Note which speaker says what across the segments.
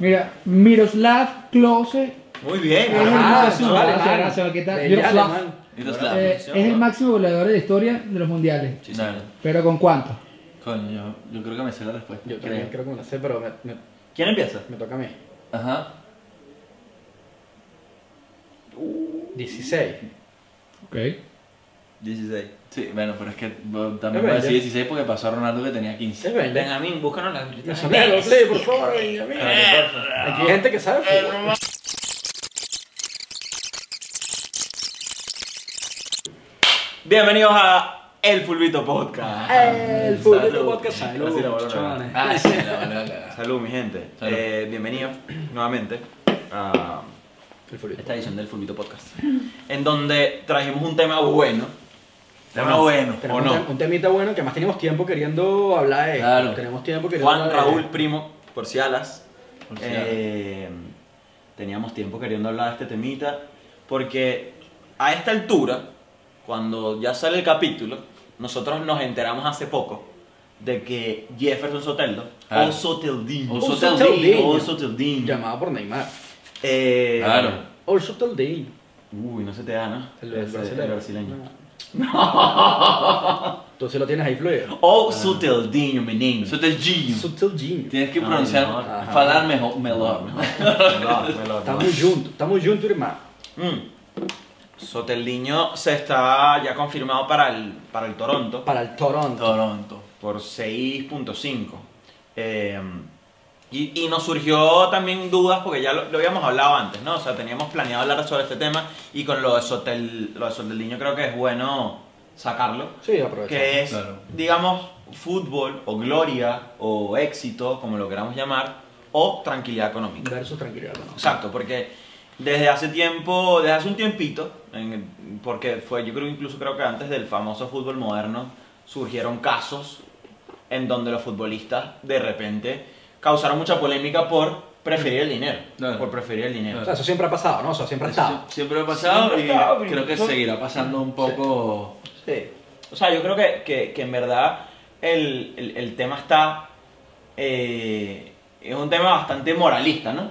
Speaker 1: Mira, Miroslav Klose
Speaker 2: Muy bien.
Speaker 1: es el
Speaker 2: Ah,
Speaker 1: máximo-
Speaker 2: no, vale,
Speaker 1: Gracias,
Speaker 2: vale.
Speaker 1: gracias, ¿qué tal?
Speaker 3: Bella
Speaker 1: Miroslav,
Speaker 3: alemán.
Speaker 2: Miroslav.
Speaker 1: eh, es el máximo goleador de la historia de los mundiales.
Speaker 2: Sí, claro.
Speaker 1: ¿Pero con cuánto?
Speaker 2: Coño, yo, yo creo que me sé la respuesta.
Speaker 3: Yo
Speaker 2: Creo.
Speaker 3: también creo que me la sé, pero me, me-
Speaker 2: ¿Quién empieza?
Speaker 3: me toca a mí.
Speaker 2: Ajá.
Speaker 3: 16.
Speaker 1: Ok.
Speaker 2: 16. Sí, bueno, pero es que bueno, también
Speaker 3: Es
Speaker 2: voy a decir
Speaker 3: bello.
Speaker 2: 16 porque pasó a Ronaldo que tenía 15.
Speaker 3: Es bello.
Speaker 4: Benjamín, búscanos la habilidad.
Speaker 3: Me sonó el play, por favor, Benjamín. Aquí hay gente que sabe fútbol.
Speaker 2: Bienvenidos a El Fulvito Podcast.
Speaker 3: El fútbol de podcast.
Speaker 2: Salud. Así la vuelvo a regalar.
Speaker 4: Ah, sí, la verdad, la verdad.
Speaker 2: Salud, mi gente.
Speaker 4: Salud.
Speaker 2: Eh, bienvenidos nuevamente a
Speaker 3: El fútbol.
Speaker 2: esta edición del Fulvito Podcast. En donde trajimos un tema bueno. Tema bueno, ¿o
Speaker 3: Tenemos un, tem-
Speaker 2: no?
Speaker 3: un temita bueno que más teníamos tiempo queriendo hablar de
Speaker 4: Claro.
Speaker 3: Tenemos tiempo queriendo
Speaker 2: Juan
Speaker 3: hablar de-
Speaker 2: Raúl Primo, por si alas.
Speaker 4: eh, Por si
Speaker 2: Eh, teníamos tiempo queriendo hablar de este temita, porque a esta altura, cuando ya sale el capítulo, nosotros nos enteramos hace poco de que Jefferson Soteldo,
Speaker 4: Claro.
Speaker 2: o Soteldinho,
Speaker 4: Ah. O
Speaker 2: o
Speaker 3: Soteldinho.
Speaker 2: Soteldinho, o Soteldinho,
Speaker 3: Llamado por Neymar.
Speaker 2: eh,
Speaker 4: Claro.
Speaker 3: Orso Toldein.
Speaker 2: Uy, no se te da, ¿no?
Speaker 3: El,
Speaker 2: Ese,
Speaker 3: brasileño.
Speaker 2: el brasileño.
Speaker 3: Entonces lo tienes ahí
Speaker 4: Ah.
Speaker 3: fluido.
Speaker 2: O Soteldinho, mi niño.
Speaker 4: Eso es del Gino.
Speaker 3: Sutil Genius.
Speaker 4: Tienes que
Speaker 2: Ah,
Speaker 4: pronunciar,
Speaker 2: mejor.
Speaker 3: Ajá.
Speaker 4: falar mejor, mejor.
Speaker 2: Melón, melón,
Speaker 3: Está
Speaker 2: melón.
Speaker 3: muy junto, está muy junto, hermano.
Speaker 2: Mm. Soteldiño se está ya confirmado para el, para el Toronto
Speaker 3: Para el Toronto.
Speaker 4: Toronto.
Speaker 2: por 6.5. Eh, y, y nos surgió también dudas porque ya lo, lo habíamos hablado antes, ¿no? O sea, teníamos planeado hablar sobre este tema y con lo de, Sotel, lo de Soteldiño creo que es bueno sacarlo.
Speaker 3: Sí, aprovecha.
Speaker 2: Que es,
Speaker 4: Claro.
Speaker 2: digamos, fútbol o gloria o éxito, como lo queramos llamar, o tranquilidad económica.
Speaker 3: Versus tranquilidad. ¿no?
Speaker 2: Exacto, porque desde hace tiempo, desde hace un tiempito, en- porque fue, yo creo incluso creo que antes del famoso fútbol moderno, surgieron casos en donde los futbolistas de repente causaron mucha polémica por preferir el dinero,
Speaker 4: Claro.
Speaker 2: por preferir el dinero.
Speaker 3: O sea, eso siempre ha pasado, ¿no? O sea, siempre ha
Speaker 4: Eso
Speaker 3: estado.
Speaker 4: sie- siempre ha pasado
Speaker 2: Siempre ha estado,
Speaker 4: y creo que
Speaker 2: pero-
Speaker 4: seguirá pasando un poco.
Speaker 2: Sí. O sea, yo creo que, que- que en verdad el, el- el tema está. eh, es un tema bastante moralista, ¿no?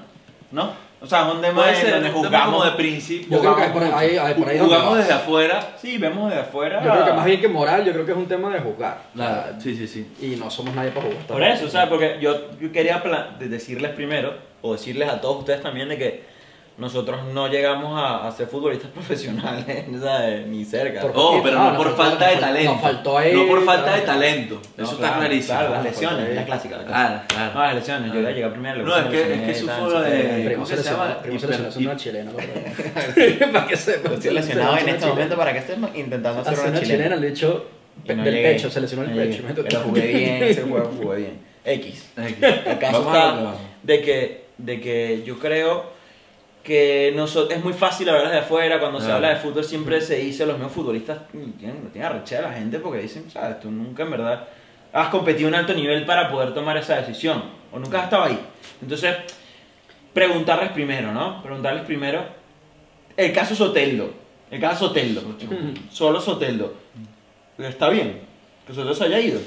Speaker 2: ¿No? O sea, es un tema
Speaker 4: Puede
Speaker 2: en
Speaker 4: ser
Speaker 2: donde
Speaker 4: un tema
Speaker 2: jugamos
Speaker 4: como de principio.
Speaker 3: Yo creo que por ahí- ahí- por ahí donde
Speaker 4: Jugamos
Speaker 3: vas.
Speaker 4: desde afuera.
Speaker 2: Sí, vemos de afuera.
Speaker 3: Yo creo que más bien que moral, yo creo que es un tema de jugar.
Speaker 4: Claro, sí, sí, sí.
Speaker 3: Y no somos nadie para jugar.
Speaker 2: Por eso, ¿sabes? Porque yo, yo quería pla- de- decirles primero, o decirles a todos ustedes también, de que nosotros no llegamos a, a ser futbolistas profesionales, ¿sabes? Ni cerca.
Speaker 3: Por-
Speaker 4: Oh, pero
Speaker 3: Ah,
Speaker 4: no,
Speaker 3: nos
Speaker 4: por
Speaker 3: faltó-
Speaker 4: falta de
Speaker 3: nos faltó-
Speaker 4: talento.
Speaker 3: nos faltó ahí,
Speaker 4: No por falta de
Speaker 3: claro.
Speaker 4: talento.
Speaker 3: No,
Speaker 4: Eso
Speaker 3: claro,
Speaker 4: está clarísimo.
Speaker 2: Claro, las
Speaker 3: por-
Speaker 2: lesiones,
Speaker 3: por-
Speaker 2: la clásica. La clásica.
Speaker 4: Claro, claro.
Speaker 2: No, las lesiones, yo ya llegué primero.
Speaker 4: No,
Speaker 2: las
Speaker 4: es que-
Speaker 2: lesiones,
Speaker 4: es que eso
Speaker 2: tal,
Speaker 4: fue lo
Speaker 2: no sé qué.
Speaker 4: de-
Speaker 3: El primo
Speaker 4: ¿cómo
Speaker 3: se
Speaker 4: que se
Speaker 3: lesionó,
Speaker 4: llama?
Speaker 3: el primo se
Speaker 4: Hiper-
Speaker 3: lesionó, es una chilena. ¿no? Para que sepa.
Speaker 2: Estoy lesionado en este momento para que estés intentando hacer
Speaker 3: Hace
Speaker 2: una chilena.
Speaker 3: le echó
Speaker 2: Y
Speaker 3: pe-
Speaker 2: no
Speaker 3: del
Speaker 2: llegué.
Speaker 3: pecho, se lesionó el
Speaker 2: No
Speaker 3: pecho.
Speaker 2: llegué.
Speaker 3: me tocó.
Speaker 2: Pero jugué bien, ese juego jugué bien. X. El caso
Speaker 4: Vamos a lo que
Speaker 2: está
Speaker 4: vamos.
Speaker 2: de que, de que yo creo que noso- es muy fácil hablar desde afuera. Cuando se
Speaker 4: Claro.
Speaker 2: habla de fútbol, siempre se dice los mismos futbolistas "Mm, tienen, tienen arrechera a la gente porque dicen, sabes, tú nunca en verdad has competido a un alto nivel para poder tomar esa decisión o nunca has estado ahí. Entonces, preguntarles primero, ¿no? Preguntarles primero el caso Soteldo. El caso Soteldo. Solo Soteldo. Está bien que Soteldo se haya ido.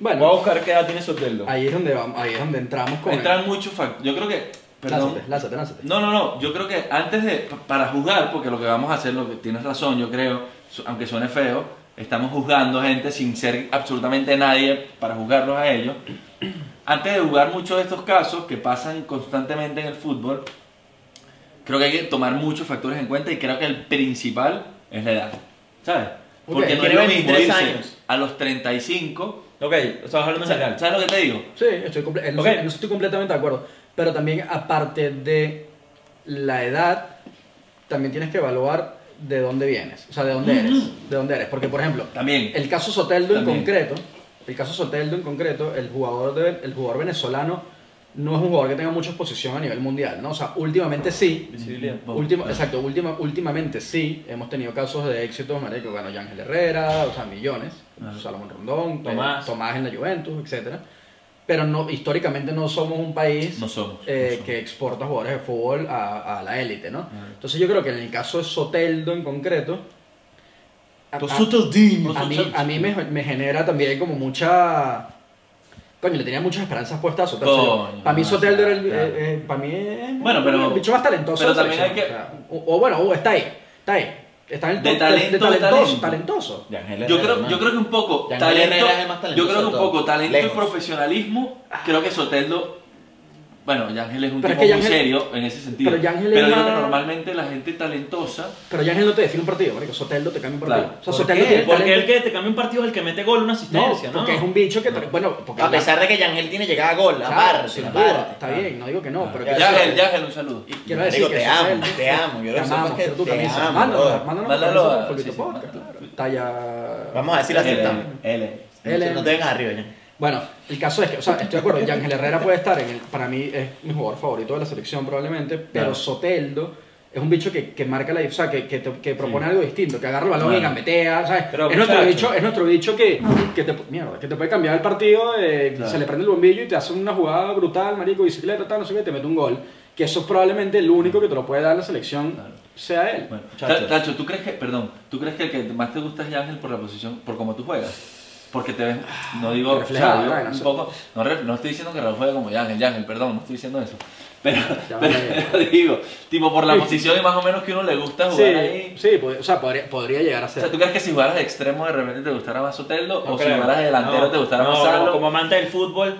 Speaker 2: Voy a
Speaker 3: Bueno,
Speaker 2: buscar qué edad tiene Soteldo.
Speaker 3: ahí es donde vamos, ahí es donde entramos con.
Speaker 4: Entran muchos factores. Yo creo que. Perdón.
Speaker 3: Lánzate, lánzate, lánzate.
Speaker 4: No, no, no. Yo creo que antes de. pa- Para juzgar, porque lo que vamos a hacer, lo que tienes razón, yo creo, su- aunque suene feo, estamos juzgando gente sin ser absolutamente nadie para juzgarlos a ellos. Antes de juzgar muchos de estos casos que pasan constantemente en el fútbol, creo que hay que tomar muchos factores en cuenta y creo que el principal es la edad. ¿Sabes?
Speaker 3: Ok,
Speaker 4: Porque no es
Speaker 2: tiene
Speaker 4: lo mismo
Speaker 2: 23
Speaker 4: irse
Speaker 2: años.
Speaker 4: a los 35.
Speaker 2: Ok, estamos hablando en general.
Speaker 4: ¿Sabes lo que te digo?
Speaker 3: Sí, estoy, comple- eh, en-
Speaker 2: Ok.
Speaker 3: en eso estoy completamente de acuerdo. Pero también, aparte de la edad, también tienes que evaluar de dónde vienes. O sea, de dónde eres. De dónde eres. Porque, por ejemplo,
Speaker 4: También.
Speaker 3: el caso Soteldo en
Speaker 4: También.
Speaker 3: concreto, el caso Soteldo en concreto, el jugador, de- el jugador venezolano no es un jugador que tenga mucha exposición a nivel mundial, ¿no? O sea, últimamente sí.
Speaker 2: Visibilidad.
Speaker 4: Bo-
Speaker 3: Última, exacto, última, últimamente sí, hemos tenido casos de éxitos, marico, bueno, Ángel Herrera, o sea, millones,
Speaker 4: Ajá.
Speaker 3: Salomón Rondón,
Speaker 2: Tomás.
Speaker 3: Tomás. Tomás en la Juventus, etcétera. Pero no, históricamente no somos un país
Speaker 4: No somos, no
Speaker 3: eh,
Speaker 4: somos.
Speaker 3: que exporta jugadores de fútbol a, a la élite, ¿no? Entonces yo creo que en el caso de Soteldo en concreto, a, a- a mí, a mí me, me genera también como mucha Coño, le tenía muchas esperanzas puestas a Soteldo.
Speaker 4: Coño,
Speaker 3: para mí
Speaker 4: no,
Speaker 3: Soteldo era el.
Speaker 4: claro.
Speaker 3: eh, eh, para mí es.
Speaker 4: Bueno, pero-
Speaker 3: El bicho más talentoso.
Speaker 4: pero
Speaker 3: de la
Speaker 4: también hay
Speaker 3: selección, o, sea, o- o bueno, o está ahí. Está ahí. Está en el
Speaker 4: De
Speaker 3: top
Speaker 4: talento,
Speaker 3: talentoso.
Speaker 4: talento.
Speaker 3: talentoso.
Speaker 2: Y Ángel
Speaker 4: Yo
Speaker 2: Herrera,
Speaker 4: creo, yo
Speaker 2: hermano.
Speaker 4: creo que un poco
Speaker 5: Daniel
Speaker 4: talento,
Speaker 5: Herrera es el más talentoso
Speaker 4: yo creo que
Speaker 5: de
Speaker 4: un
Speaker 5: todos.
Speaker 4: poco talento
Speaker 5: Lejos.
Speaker 4: y profesionalismo, creo que Soteldo bueno, Yángel es un
Speaker 3: Pero es
Speaker 4: tipo
Speaker 3: que
Speaker 4: muy
Speaker 3: Yángel-
Speaker 4: serio en ese sentido.
Speaker 3: pero Yángel es
Speaker 4: yo creo que
Speaker 3: más-
Speaker 4: normalmente la gente talentosa
Speaker 3: Pero Yángel no te define un partido, marico. Soteldo te cambia un partido.
Speaker 4: Claro.
Speaker 3: O sea,
Speaker 2: ¿Por
Speaker 3: Soteldo
Speaker 2: qué?
Speaker 3: tiene
Speaker 2: Porque el
Speaker 3: talento.
Speaker 2: que te cambia un partido es el que mete gol, una asistencia,
Speaker 3: no,
Speaker 2: ¿no?
Speaker 3: porque es un bicho que. Bueno, porque.
Speaker 5: A pesar de que Yangel tiene llegada a gol,
Speaker 3: Claro,
Speaker 5: aparte,
Speaker 3: sin
Speaker 5: aparte.
Speaker 3: duda, Está bien, no digo que no. Pero
Speaker 5: Ya,
Speaker 3: que-
Speaker 4: Yángel, Yángel, un saludo.
Speaker 3: Quiero
Speaker 5: Marico,
Speaker 3: decir que
Speaker 5: te
Speaker 3: eso es
Speaker 5: amo,
Speaker 3: él.
Speaker 5: te amo, yo lo
Speaker 3: Te
Speaker 5: que sepa
Speaker 3: amamos,
Speaker 5: es que
Speaker 3: quiero tu
Speaker 5: te
Speaker 3: camisa.
Speaker 5: amo,
Speaker 3: Mándanos,
Speaker 5: brother.
Speaker 3: mándanos la
Speaker 4: Mándalo
Speaker 3: camisa
Speaker 4: a-
Speaker 3: del Fulvito
Speaker 4: sí, sí,
Speaker 3: Podcast,
Speaker 4: mándalo.
Speaker 3: claro. Talla...
Speaker 5: Vamos a decir la
Speaker 4: L,
Speaker 5: aceptamos.
Speaker 4: L.
Speaker 3: L.
Speaker 5: No te vengas arriba, ya.
Speaker 3: Bueno, el caso es que, o sea, estoy de acuerdo, Ángel Herrera puede estar en el, para mí es mi jugador favorito de la selección probablemente, pero
Speaker 4: Claro.
Speaker 3: Soteldo es un bicho que, que marca la o sea, que, que, te- que propone algo distinto, que agarra el balón y
Speaker 4: Claro.
Speaker 3: gambetea, ¿sabes?
Speaker 2: Pero,
Speaker 3: es, nuestro
Speaker 2: muchacho.
Speaker 3: bicho, es nuestro bicho que, que, te, mierda, que te puede cambiar el partido, eh,
Speaker 4: Claro.
Speaker 3: se le prende el bombillo y te hace una jugada brutal, marico, bicicleta, tal, no sé qué, te mete un gol, que eso es probablemente el único que te lo puede dar la selección,
Speaker 4: Claro.
Speaker 3: sea él.
Speaker 4: Bueno,
Speaker 2: Chacho.
Speaker 4: Ta- Tacho, ¿tú crees que, perdón, tú crees que el que más te gusta es Yángel por la posición, por cómo tú juegas? Porque te ves, no digo, o
Speaker 3: Ah, Reflejado,
Speaker 4: sea, digo
Speaker 3: bueno,
Speaker 4: un
Speaker 3: eso-
Speaker 4: poco, no, re- no estoy diciendo que Raúl juega como Yángel, Yángel, perdón, no estoy diciendo eso. Pero,
Speaker 3: Ya
Speaker 4: pero-
Speaker 3: vale.
Speaker 4: pero digo, tipo por la
Speaker 3: Sí.
Speaker 4: posición y más o menos que uno le gusta
Speaker 3: sí,
Speaker 4: jugar ahí.
Speaker 3: sí, pod- o sea, podría, podría llegar a
Speaker 4: O
Speaker 3: ser.
Speaker 4: sea, ¿tú crees que si jugaras de extremo de repente te gustara más Soteldo?
Speaker 2: No
Speaker 4: ¿O si
Speaker 2: creo.
Speaker 4: jugaras de delantero
Speaker 2: No,
Speaker 4: te gustara
Speaker 2: no,
Speaker 4: más
Speaker 2: como-
Speaker 4: Salo?
Speaker 2: Como amante del fútbol,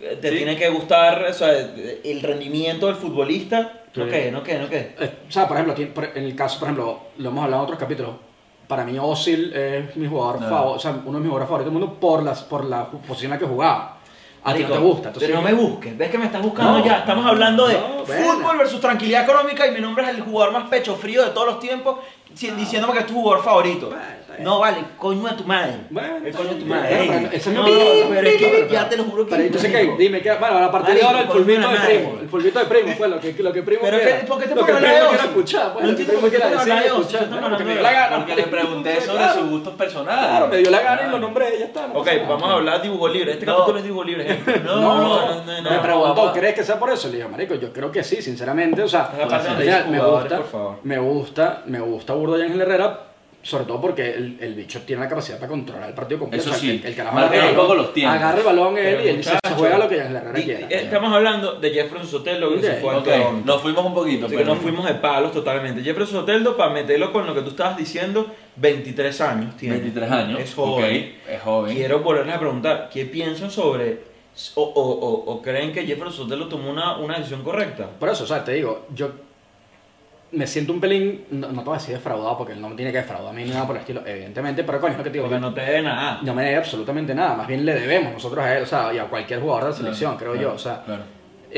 Speaker 2: eh, te
Speaker 4: Sí.
Speaker 2: tiene que gustar o sea, el rendimiento del futbolista. No
Speaker 3: Sí.
Speaker 2: qué, no qué, no qué.
Speaker 3: Eh, O sea, por ejemplo, tiene- por- en el caso, por ejemplo, lo hemos hablado en otros capítulos. Para mí, Osil es mi jugador
Speaker 2: Ah.
Speaker 4: No.
Speaker 3: favor- o sea, uno de mis jugadores favoritos del mundo por, las, por la ju- posición en la que jugaba. A ti no
Speaker 2: Marico,
Speaker 3: te gusta. Entonces,
Speaker 2: pero no me busques, ves que me estás buscando
Speaker 4: No.
Speaker 2: ya. Estamos hablando de
Speaker 3: No, bueno.
Speaker 2: fútbol versus tranquilidad económica y mi nombre es el jugador más pecho frío de todos los tiempos si- diciéndome que es tu jugador favorito.
Speaker 3: Bueno, está bien.
Speaker 2: no vale, coño a tu madre.
Speaker 3: Bueno,
Speaker 2: el coño a tu
Speaker 3: bueno,
Speaker 2: madre.
Speaker 3: pero
Speaker 2: Ey.
Speaker 3: ese es mi
Speaker 2: No,
Speaker 3: jugador,
Speaker 2: pero es que-
Speaker 3: claro,
Speaker 2: ya
Speaker 3: claro.
Speaker 2: te lo juro que
Speaker 3: Pero entonces, ¿qué? Dime, ¿qué? Bueno, a partir de
Speaker 2: Marico,
Speaker 3: ahora, el
Speaker 2: coño,
Speaker 3: fulbito de
Speaker 2: una
Speaker 3: primo.
Speaker 2: madre.
Speaker 3: El fulbito de primo fue lo que, lo que primo
Speaker 2: Pero
Speaker 3: quiera.
Speaker 2: que- ¿por qué te
Speaker 3: Lo
Speaker 2: pones
Speaker 3: que
Speaker 2: a hablar
Speaker 3: primo
Speaker 2: de Osil?
Speaker 3: quiera escuchar.
Speaker 2: No
Speaker 3: Bueno, lo que
Speaker 2: entiendo
Speaker 3: primo
Speaker 2: por qué
Speaker 3: quiera
Speaker 2: te pones a
Speaker 3: decir
Speaker 2: hablar de Osil,
Speaker 3: escuchar.
Speaker 2: estamos
Speaker 3: Bueno, porque me dio
Speaker 2: hablando
Speaker 3: la
Speaker 2: de-
Speaker 3: gana.
Speaker 4: Porque le pregunté sobre
Speaker 3: Claro,
Speaker 4: sus gustos personales.
Speaker 3: Claro, me dio la gana y
Speaker 2: Ah.
Speaker 3: lo
Speaker 4: Claro.
Speaker 3: nombré y ya está. no
Speaker 2: Ok,
Speaker 3: pasa nada.
Speaker 2: vamos a hablar de dibujo libre. Este
Speaker 4: No.
Speaker 2: capítulo es dibujo libre, gente.
Speaker 3: No,
Speaker 4: No, no,
Speaker 3: no,
Speaker 4: no,
Speaker 3: me
Speaker 4: no,
Speaker 3: preguntó,
Speaker 4: vamos.
Speaker 3: ¿crees que sea por eso? Le dije, marico, yo creo que sí, sinceramente. O sea,
Speaker 2: Pero aparte
Speaker 3: al
Speaker 2: de
Speaker 3: final,
Speaker 2: esos
Speaker 3: me
Speaker 2: jugadores,
Speaker 3: gusta,
Speaker 2: por favor.
Speaker 3: me gusta, me gusta Burdo y Ángel Herrera, sobre todo porque el, el bicho tiene la capacidad para controlar el partido completo.
Speaker 4: Eso
Speaker 3: O sea,
Speaker 4: sí.
Speaker 3: el, el carajo
Speaker 4: Marca
Speaker 3: agarra el
Speaker 4: un
Speaker 3: balón,
Speaker 4: poco los tiempos.
Speaker 3: agarra el balón él y él se
Speaker 2: muchacho,
Speaker 3: juega lo que Ángel Herrera
Speaker 2: di-
Speaker 3: quiera.
Speaker 2: eh, Estamos hablando de Jefferson Soteldo que se
Speaker 3: Ok,
Speaker 2: fue a
Speaker 4: Ok,
Speaker 2: Toronto.
Speaker 4: nos fuimos un poquito,
Speaker 2: Así que
Speaker 4: pero
Speaker 2: pues nos fuimos de palos totalmente. Jefferson Soteldo, para meterlo con lo que tú estabas diciendo, 23 años tiene.
Speaker 4: 23 años.
Speaker 2: Es joven.
Speaker 4: ok, es joven.
Speaker 2: Quiero volverles a preguntar, ¿qué piensan sobre o, o- o- o creen que Jefferson Soteldo tomó una, una decisión correcta?
Speaker 3: Por eso, o sea, te digo, yo me siento un pelín, no, no te voy a decir defraudado porque él no me tiene que defraudar a mí ni nada por el estilo, evidentemente, pero coño, es lo que te digo,
Speaker 2: Porque
Speaker 3: yo-
Speaker 2: no te debe nada.
Speaker 3: no me debe absolutamente nada, más bien le debemos nosotros a él, o sea, y a cualquier jugador de la selección, creo yo, o sea,
Speaker 4: Claro.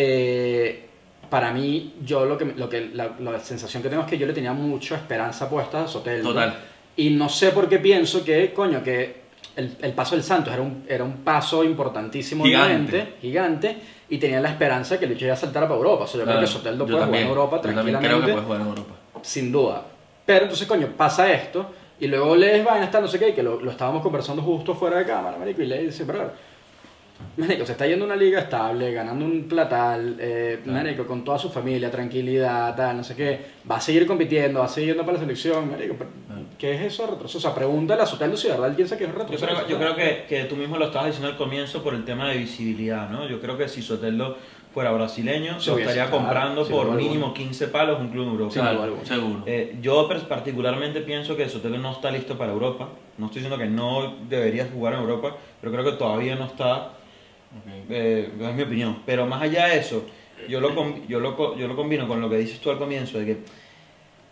Speaker 3: Eh, para mí, yo lo que, lo que la, la sensación que tengo es que yo le tenía mucha esperanza puesta a Soteldo.
Speaker 4: Total.
Speaker 3: Y no sé por qué pienso que, coño, que el, el paso del Santos era un, era un paso importantísimo,
Speaker 4: Gigante.
Speaker 3: obviamente, gigante, y tenía la esperanza que el bicho ya saltara para Europa. O sea, yo
Speaker 4: Claro,
Speaker 3: creo que Soteldo
Speaker 4: yo
Speaker 3: puede
Speaker 4: también,
Speaker 3: jugar en Europa
Speaker 4: yo también
Speaker 3: tranquilamente,
Speaker 4: creo que puede jugar en Europa.
Speaker 3: sin duda. Pero entonces, coño, pasa esto, y luego lees van a estar no sé qué, y que lo, lo estábamos conversando justo fuera de cámara, marico, y le dice, brother, Marico, se está yendo a una liga estable, ganando un platal, eh, Marico, con toda su familia, tranquilidad, tal, no sé qué. Va a seguir compitiendo, va a seguir yendo para la selección, Marico. pero, ¿Qué es eso de retroceso? O sea, pregúntale a Soteldo si de verdad él piensa que es un
Speaker 2: Yo
Speaker 3: retroceso.
Speaker 2: creo, yo creo que, que tú mismo lo estabas diciendo al comienzo por el tema de visibilidad, ¿no? Yo creo que si Soteldo fuera brasileño,
Speaker 3: Sí,
Speaker 2: se lo
Speaker 3: hubiese,
Speaker 2: estaría
Speaker 3: claro,
Speaker 2: comprando
Speaker 3: sin
Speaker 2: por
Speaker 3: duda
Speaker 2: mínimo
Speaker 3: alguna.
Speaker 2: 15 palos un club europeo.
Speaker 3: Sin duda alguna.
Speaker 4: seguro.
Speaker 2: Eh, yo pers- particularmente pienso que Sotelo no está listo para Europa. No estoy diciendo que no debería jugar en Europa, pero creo que todavía no está. eh, es mi opinión. Pero más allá de eso, yo lo, com- yo lo, co- yo lo combino con lo que dices tú al comienzo, de que,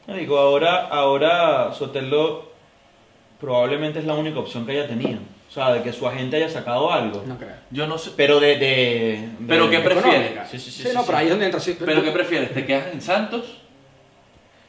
Speaker 2: marico, ahora, ahora Sotelo probablemente es la única opción que haya tenido. O sea, de que su agente haya sacado algo.
Speaker 3: No creo.
Speaker 4: Yo no sé.
Speaker 2: Pero de... de-
Speaker 4: Pero
Speaker 2: de-
Speaker 4: que pre- prefieres?
Speaker 3: Económica.
Speaker 2: Sí, sí, sí,
Speaker 3: Sí,
Speaker 2: sí,
Speaker 3: no,
Speaker 2: sí.
Speaker 3: pero ahí es donde entra. sí,
Speaker 4: ¿Pero qué prefieres? ¿Te quedas en Santos?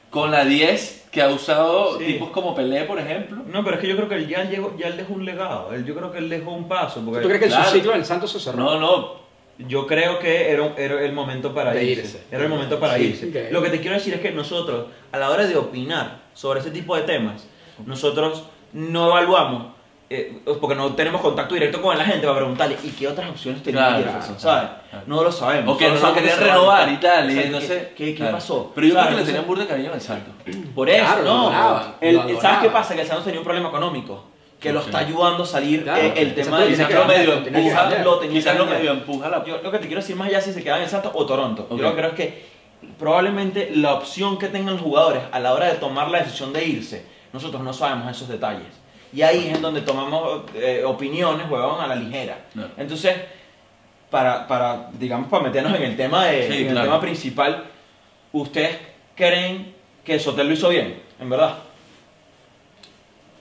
Speaker 4: Con la 10 que ha usado
Speaker 2: Sí.
Speaker 4: tipos como Pelé, por ejemplo.
Speaker 2: No, pero es que yo creo que él ya, llegó, ya él dejó un legado. Él, yo creo que él dejó un paso. Porque
Speaker 3: ¿Tú crees que
Speaker 4: Claro.
Speaker 3: su ciclo en el Santos se cerró?
Speaker 4: No, no.
Speaker 2: Yo creo que era, era el momento para
Speaker 3: De
Speaker 2: irse.
Speaker 3: irse.
Speaker 2: Era el momento para
Speaker 3: Sí,
Speaker 2: irse.
Speaker 3: ok.
Speaker 2: Lo que te quiero decir es que nosotros, a la hora de opinar sobre este tipo de temas, nosotros no evaluamos, eh, porque no tenemos contacto directo con la gente para preguntarle, ¿y qué otras opciones tenía
Speaker 4: Claro,
Speaker 2: Jefferson?
Speaker 4: claro,
Speaker 2: ¿Sabes?
Speaker 4: claro.
Speaker 2: No lo sabemos.
Speaker 4: O que
Speaker 2: Solo
Speaker 4: no lo
Speaker 2: sabemos
Speaker 4: querían
Speaker 2: se va a
Speaker 4: renovar y
Speaker 2: quitar.
Speaker 4: tal. Y
Speaker 2: Exacto,
Speaker 4: entonces,
Speaker 2: ¿Qué, qué
Speaker 4: claro.
Speaker 2: pasó?
Speaker 4: Pero yo
Speaker 2: ¿Sabes?
Speaker 4: creo que le
Speaker 2: Entonces-
Speaker 4: tenían burda de cariño en Santos.
Speaker 2: por eso,
Speaker 3: Claro, lo
Speaker 2: no.
Speaker 3: adoraban,
Speaker 2: El-
Speaker 3: lo
Speaker 2: ¿Sabes qué
Speaker 3: adoraban.
Speaker 2: pasa? Que el Santos tenía un problema económico. que lo está ayudando a salir
Speaker 3: Claro,
Speaker 2: eh, el
Speaker 3: exacto,
Speaker 2: tema del
Speaker 3: tiene
Speaker 2: quizás
Speaker 3: que
Speaker 2: lo
Speaker 3: ganar,
Speaker 2: medio
Speaker 3: lo tiene que
Speaker 2: empuja,
Speaker 3: ganar.
Speaker 2: lo tenía
Speaker 4: Quizás
Speaker 2: que
Speaker 4: lo
Speaker 2: ganar.
Speaker 4: medio empuja la.
Speaker 2: Yo lo que te quiero decir más allá si se quedan en Santos o Toronto.
Speaker 4: Ok.
Speaker 2: Yo lo que creo es que probablemente la opción que tengan los jugadores a la hora de tomar la decisión de irse, nosotros no sabemos esos detalles. Y ahí es en donde tomamos eh, opiniones, huevón, a la ligera.
Speaker 4: No.
Speaker 2: Entonces, para, para, digamos, para meternos en el tema, de,
Speaker 4: Sí,
Speaker 2: en el
Speaker 4: claro.
Speaker 2: tema principal, ¿ustedes creen que Sotel lo hizo bien? En verdad.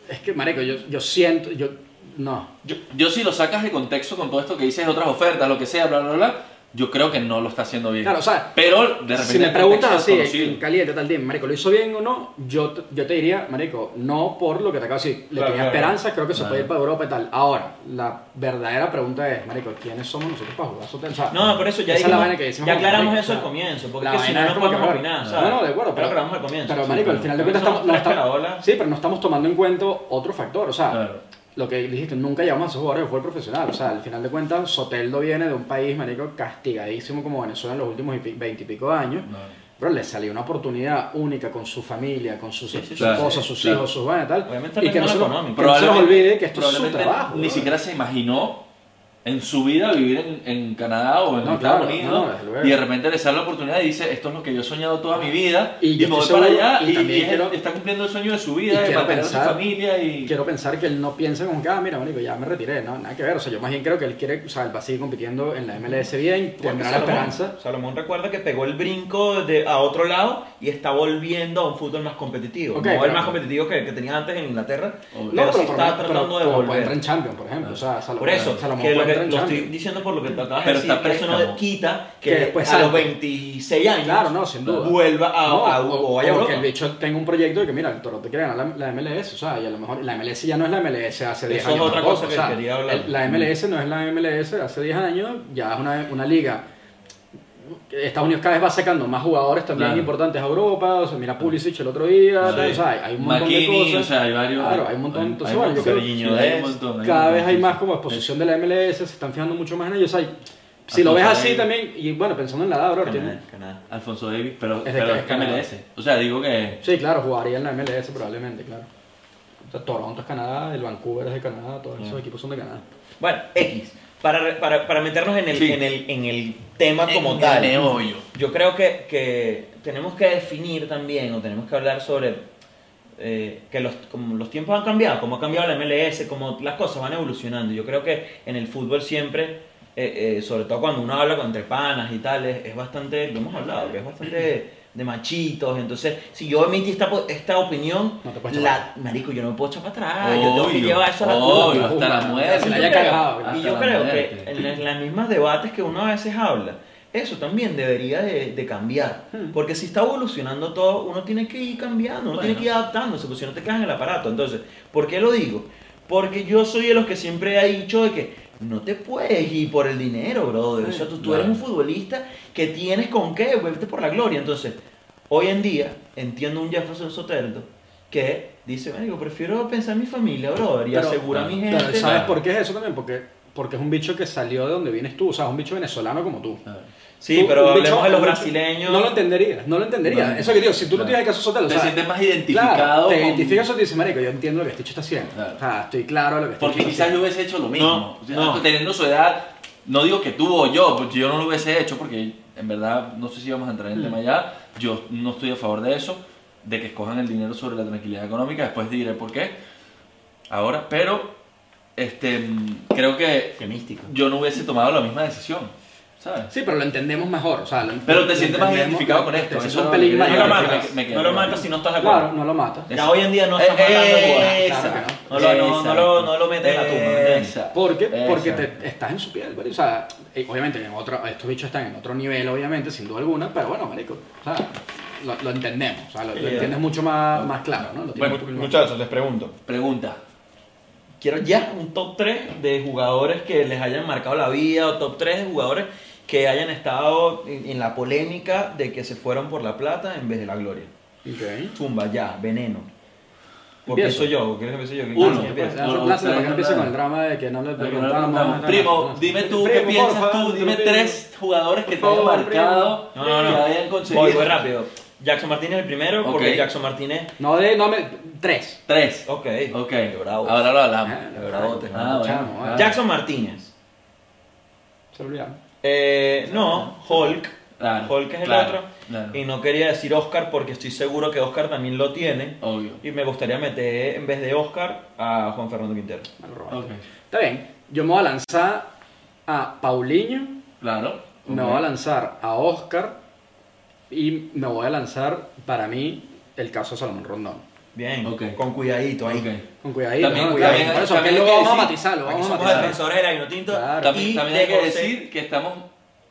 Speaker 3: Es que, marico, yo, yo siento, yo, no.
Speaker 4: Yo, yo si lo sacas de contexto con todo esto que dices, otras ofertas, lo que sea, bla, bla, bla, yo creo que no lo está haciendo bien.
Speaker 3: Claro, o sea,
Speaker 4: pero de repente
Speaker 3: si me
Speaker 4: el
Speaker 3: preguntas así,
Speaker 4: contexto es
Speaker 3: en
Speaker 4: conocido.
Speaker 3: caliente, tal día, marico, ¿lo hizo bien o no? Yo, te- yo te diría, marico, no por lo que te acabo de decir. Le
Speaker 2: Claro,
Speaker 3: tenía
Speaker 2: claro.
Speaker 3: esperanza, creo que se
Speaker 4: Claro.
Speaker 3: puede ir para Europa y tal. Ahora, la verdadera pregunta es, marico, ¿quiénes somos nosotros para jugar Sotel? O sea,
Speaker 2: No, por eso ya,
Speaker 3: esa es la
Speaker 2: dijimos-
Speaker 3: vaina que decimos
Speaker 2: ya
Speaker 3: como
Speaker 2: aclaramos
Speaker 3: marico,
Speaker 2: eso
Speaker 3: o
Speaker 2: al
Speaker 3: sea,
Speaker 2: comienzo,
Speaker 3: la
Speaker 2: porque si no,
Speaker 3: vaina es
Speaker 2: no
Speaker 3: como que,
Speaker 2: podemos
Speaker 3: bueno,
Speaker 2: opinar, ¿sabes?
Speaker 3: No, no, de acuerdo,
Speaker 2: Ya
Speaker 3: pero,
Speaker 2: lo aclaramos al comienzo.
Speaker 3: Pero,
Speaker 2: sí,
Speaker 3: marico, al
Speaker 2: pero
Speaker 3: final de cuentas
Speaker 2: somos
Speaker 3: estamos, no
Speaker 2: tres
Speaker 3: estamos-
Speaker 2: carabolas.
Speaker 3: sí, pero no estamos tomando en cuenta otro factor, o sea,
Speaker 4: Claro.
Speaker 3: lo que dijiste, nunca llamamos a esos jugadores de fútbol profesional, o sea, al final de cuentas, Soteldo viene de un país, marico, castigadísimo como Venezuela en los últimos y pi- veintipico años,
Speaker 4: No.
Speaker 3: pero le salió una oportunidad única con su familia, con sus
Speaker 2: Sí, sí,
Speaker 3: esposas,
Speaker 4: claro,
Speaker 3: sus
Speaker 4: claro.
Speaker 3: hijos, sus vainas y tal,
Speaker 2: Obviamente
Speaker 3: y que
Speaker 2: también
Speaker 3: no, se
Speaker 2: lo
Speaker 3: lo-
Speaker 2: económico.
Speaker 3: que no se nos
Speaker 4: Probablemente-
Speaker 3: olvide que esto es su
Speaker 4: probablemente
Speaker 3: trabajo.
Speaker 4: Ni
Speaker 3: bro.
Speaker 4: siquiera se imaginó en su vida vivir en, en Canadá o en
Speaker 3: No,
Speaker 4: Estados
Speaker 3: claro,
Speaker 4: Unidos.
Speaker 3: no, desde luego.
Speaker 4: y de repente le sale la oportunidad y dice, esto es lo que yo he soñado toda mi vida.
Speaker 3: Y
Speaker 4: Y,
Speaker 3: yo
Speaker 4: me voy
Speaker 3: estoy
Speaker 4: para
Speaker 3: seguro,
Speaker 4: allá
Speaker 3: y
Speaker 4: y,
Speaker 3: también
Speaker 4: y es-
Speaker 3: quiero-
Speaker 4: está cumpliendo el sueño de su
Speaker 3: y
Speaker 4: vida, de
Speaker 3: quiero
Speaker 4: mantener a su
Speaker 3: pensar-
Speaker 4: familia y...
Speaker 3: Quiero pensar que él no piensa como que, ah, mira, marico, ya me retiré, no, nada que ver, o sea, yo más bien creo que él quiere, o sea, él va a seguir compitiendo en la MLS bien,
Speaker 2: Porque
Speaker 3: tendrá la
Speaker 2: Salomón-
Speaker 3: esperanza.
Speaker 2: Salomón recuerda que pegó el brinco de, a otro lado y está volviendo a un fútbol más competitivo.
Speaker 3: Ok,
Speaker 2: no
Speaker 3: pero-
Speaker 2: el más competitivo que, que tenía antes en Inglaterra,
Speaker 4: Obvio.
Speaker 2: pero,
Speaker 3: No,
Speaker 2: sí
Speaker 3: por
Speaker 2: está
Speaker 3: lo- pero-
Speaker 2: tratando de
Speaker 3: pero puede
Speaker 2: volver.
Speaker 3: entrar en Champions, por ejemplo. O sea, Salomón,
Speaker 2: Por eso,
Speaker 3: Salomón
Speaker 2: que lo,
Speaker 3: puede
Speaker 2: que,
Speaker 3: entrar en
Speaker 2: lo
Speaker 3: Champions.
Speaker 2: estoy diciendo por lo que tú acabas de
Speaker 4: Pero
Speaker 2: decir,
Speaker 4: está
Speaker 2: que eso no
Speaker 4: préstamo.
Speaker 2: quita que,
Speaker 3: Que después
Speaker 2: a los
Speaker 3: salga.
Speaker 2: 26 años
Speaker 3: Claro, no, sin duda.
Speaker 2: vuelva a,
Speaker 3: No,
Speaker 2: a-
Speaker 3: o-
Speaker 2: o vaya a
Speaker 3: o
Speaker 2: Europa.
Speaker 3: que el bicho tenga un proyecto de que, mira, el Toronto quiere ganar la, la MLS, o sea, y a lo mejor la MLS ya no es la MLS hace 10
Speaker 2: Eso es
Speaker 3: años.
Speaker 2: otra
Speaker 3: tampoco,
Speaker 2: cosa que
Speaker 3: o sea,
Speaker 2: quería hablar.
Speaker 3: el- La MLS no es la MLS hace 10 años, ya es una, una liga. Estados Unidos cada vez va sacando más jugadores también
Speaker 4: Claro.
Speaker 3: importantes a Europa, o sea, mira Pulisic el otro día,
Speaker 4: Sí.
Speaker 3: tal, o sea, hay, hay un montón de
Speaker 4: McKinney,
Speaker 3: cosas.
Speaker 4: o sea, hay varios...
Speaker 3: Claro, hay un montón, entonces, bueno, yo
Speaker 4: muchos,
Speaker 3: creo-
Speaker 4: Serginho Dest, hay un montón, hay un
Speaker 3: cada
Speaker 4: montón,
Speaker 3: vez hay
Speaker 4: sí,
Speaker 3: más
Speaker 4: sí.
Speaker 3: como exposición de la MLS, se están fijando mucho más en ellos. o sea, si lo ves
Speaker 4: Alfonso
Speaker 3: así
Speaker 4: Davies.
Speaker 3: también, y bueno, pensando en la edad, bro, tiene-
Speaker 2: Canadá, Canadá.
Speaker 4: Alfonso Davis, pero
Speaker 3: de
Speaker 4: pero
Speaker 3: Ca-
Speaker 4: es MLS. O sea, digo que...
Speaker 3: sí, claro, jugaría en la MLS probablemente, claro. O sea, Toronto es Canadá, el Vancouver es de Canadá, todos
Speaker 4: Mm.
Speaker 3: esos equipos son de Canadá.
Speaker 2: Bueno, X. Para, para, para meternos en el,
Speaker 4: Sí. Eh,
Speaker 2: en el, en el tema como
Speaker 4: En
Speaker 2: tal.
Speaker 4: el meollo.
Speaker 2: Yo creo que, que tenemos que definir también, o tenemos que hablar sobre eh, que los, como los tiempos han cambiado, cómo ha cambiado la MLS, cómo las cosas van evolucionando. Yo creo que en el fútbol siempre, eh, eh, sobre todo cuando uno habla con entre panas y tal, es, es bastante, lo hemos hablado, que es bastante de machitos. Entonces, si yo emití esta, po- esta opinión,
Speaker 3: No te puedes
Speaker 2: la, marico, yo no me puedo echar para atrás, Ah, yo tengo que
Speaker 4: Obvio,
Speaker 2: llevar eso a la
Speaker 4: obvio,
Speaker 2: curva.
Speaker 4: hasta la
Speaker 3: Ujú,
Speaker 4: muerte.
Speaker 3: se la
Speaker 2: Y yo
Speaker 3: haya
Speaker 2: creo-
Speaker 3: cagado,
Speaker 4: hasta
Speaker 2: Y yo
Speaker 4: la
Speaker 2: creo
Speaker 4: muerte.
Speaker 2: que en las- las mismas debates que uno a veces habla, eso también debería de, de cambiar. Porque si está evolucionando todo, uno tiene que ir cambiando, uno tiene
Speaker 4: Bueno.
Speaker 2: que ir adaptándose, porque si no te quedas en el aparato. Entonces, ¿por qué lo digo? Porque yo soy de los que siempre ha dicho de que no te puedes ir por el dinero, brother. O sea, tú, tú eres un
Speaker 4: Bueno.
Speaker 2: futbolista que tienes con qué, vete por la gloria. Entonces, hoy en día, entiendo un Jefferson Soteldo que dice, bueno, yo prefiero pensar en mi familia, brother, y
Speaker 3: Pero-
Speaker 2: asegurar a mi
Speaker 3: Pero,
Speaker 2: gente.
Speaker 3: ¿Sabes
Speaker 4: Claro.
Speaker 3: por qué es eso también? Porque, porque es un bicho que salió de donde vienes tú, o sea, es un bicho venezolano como tú.
Speaker 2: Sí,
Speaker 3: Tú,
Speaker 2: pero
Speaker 3: un bicho-
Speaker 2: hablemos de los
Speaker 3: un bicho-
Speaker 2: brasileños.
Speaker 3: No lo entenderías, no lo entenderías.
Speaker 4: No.
Speaker 3: Eso que digo, si tú no
Speaker 4: Claro.
Speaker 3: tienes el caso Sotel, o
Speaker 4: Te
Speaker 3: sea,
Speaker 4: sientes más identificado
Speaker 3: Claro, te
Speaker 4: con-
Speaker 3: identificas o te dices, marico, yo entiendo lo que este bicho está haciendo.
Speaker 4: Claro.
Speaker 3: O sea, estoy claro de lo que este
Speaker 4: Porque
Speaker 3: bicho está
Speaker 4: quizás
Speaker 3: haciendo.
Speaker 4: yo hubiese hecho lo mismo.
Speaker 2: No,
Speaker 4: O sea,
Speaker 2: no.
Speaker 4: Teniendo su edad, no digo que tú o yo, porque yo no lo hubiese hecho, porque en verdad no sé si vamos a entrar en el
Speaker 3: Mm.
Speaker 4: tema ya. Yo no estoy a favor de eso, de que escojan el dinero sobre la tranquilidad económica. Después diré por qué. Ahora, pero este, creo que
Speaker 2: Qué místico.
Speaker 4: yo no hubiese tomado la misma decisión, ¿sabes?
Speaker 3: Sí, pero lo entendemos mejor. O sea, lo-
Speaker 4: Pero
Speaker 3: lo
Speaker 4: te sientes más
Speaker 3: entendemos,
Speaker 4: identificado con
Speaker 3: te
Speaker 4: esto.
Speaker 3: sientes
Speaker 4: eso
Speaker 3: un
Speaker 4: es lo que
Speaker 3: pelín
Speaker 4: creo
Speaker 3: más
Speaker 2: No lo
Speaker 4: que me-
Speaker 2: matas,
Speaker 4: me quedo.
Speaker 2: no lo matas si no estás de acuerdo.
Speaker 3: Claro, no lo mata.
Speaker 2: Ya hoy en día no estás matando bodas.
Speaker 3: Claro que
Speaker 4: Exacto.
Speaker 2: no. No lo- no- no lo- no lo metes en la tumba, ¿me entiendes?
Speaker 4: Exacto.
Speaker 3: Porque, porque
Speaker 4: Exacto.
Speaker 3: te, estás en su piel, marico. O sea, eh, obviamente, en otro, estos bichos están en otro nivel, obviamente, sin duda alguna, pero bueno, marico, o sea, lo, lo entendemos. O sea, lo, lo
Speaker 2: Sí,
Speaker 3: entiendes mucho más, más claro, ¿no? Lo tienes
Speaker 4: Bueno,
Speaker 3: un poquito más-
Speaker 2: Muchachos, les pregunto.
Speaker 4: Pregunta.
Speaker 2: Quiero ya un top 3 de jugadores que les hayan marcado la vida o top 3 de jugadores que hayan estado en en la polémica de que se fueron por la plata en vez de la gloria.
Speaker 3: Ok.
Speaker 2: Zumba, ya, veneno. Porque
Speaker 3: Empiezo.
Speaker 2: eso yo, ¿quieres que empiece yo?
Speaker 4: Uno.
Speaker 2: ¿Quién
Speaker 3: Pues,
Speaker 2: empieza?
Speaker 3: ya,
Speaker 4: No,
Speaker 3: son
Speaker 4: no,
Speaker 3: clases,
Speaker 4: ustedes
Speaker 3: porque
Speaker 4: no
Speaker 3: empieza con
Speaker 4: hablan.
Speaker 3: el drama de que no le
Speaker 4: Pero
Speaker 3: preguntamos.
Speaker 4: no, no,
Speaker 3: no, no,
Speaker 4: Primo,
Speaker 3: no.
Speaker 4: dime tú
Speaker 3: Primo,
Speaker 4: qué piensas
Speaker 3: porfa,
Speaker 4: tú, dime
Speaker 3: primo.
Speaker 4: tres jugadores que te
Speaker 3: Por
Speaker 4: hayan
Speaker 3: favor, primo.
Speaker 4: marcado,
Speaker 2: No, no, no.
Speaker 4: que hayan
Speaker 2: Voy,
Speaker 4: conseguido.
Speaker 2: voy rápido. Jackson Martínez el primero,
Speaker 4: Ok.
Speaker 2: porque Jackson Martínez.
Speaker 3: No de, no me, tres.
Speaker 4: Tres.
Speaker 2: Ok.
Speaker 4: Ok.
Speaker 5: Qué bravo.
Speaker 4: Ahora lo hablamos.
Speaker 3: Ah,
Speaker 5: De verdad, te-
Speaker 4: Ah,
Speaker 3: Chamo,
Speaker 4: bueno.
Speaker 3: ah.
Speaker 2: Jackson Martínez.
Speaker 3: Se lo olvidaron.
Speaker 2: Eh, no, Hulk.
Speaker 4: Claro,
Speaker 2: Hulk es el
Speaker 4: claro,
Speaker 2: otro.
Speaker 4: claro.
Speaker 2: Y no quería decir Oscar porque estoy seguro que Oscar también lo tiene.
Speaker 4: Obvio.
Speaker 2: Y me gustaría meter en vez de Oscar a Juan Fernando Quintero.
Speaker 3: Me lo robaron.
Speaker 4: Ok.
Speaker 3: Está bien. Yo me voy a lanzar a Paulinho,
Speaker 4: Claro.
Speaker 3: me
Speaker 4: Ok.
Speaker 3: voy a lanzar a Oscar y me voy a lanzar, para mí, el caso de Salomón Rondón.
Speaker 2: Bien,
Speaker 4: Ok.
Speaker 2: con cuidadito ahí.
Speaker 4: Ok.
Speaker 3: Con cuidadito.
Speaker 4: También-
Speaker 3: ¿no?
Speaker 4: también-
Speaker 3: Por eso,
Speaker 4: también
Speaker 3: que
Speaker 4: hay
Speaker 3: lo
Speaker 4: que
Speaker 3: vamos a
Speaker 4: decir-
Speaker 3: matizar, lo
Speaker 2: Aquí
Speaker 3: vamos a
Speaker 2: somos
Speaker 4: matizar.
Speaker 2: defensores del Agnotinto.
Speaker 3: Claro.
Speaker 4: También,
Speaker 2: y
Speaker 4: también
Speaker 2: de
Speaker 4: hay que
Speaker 2: José.
Speaker 4: decir que estamos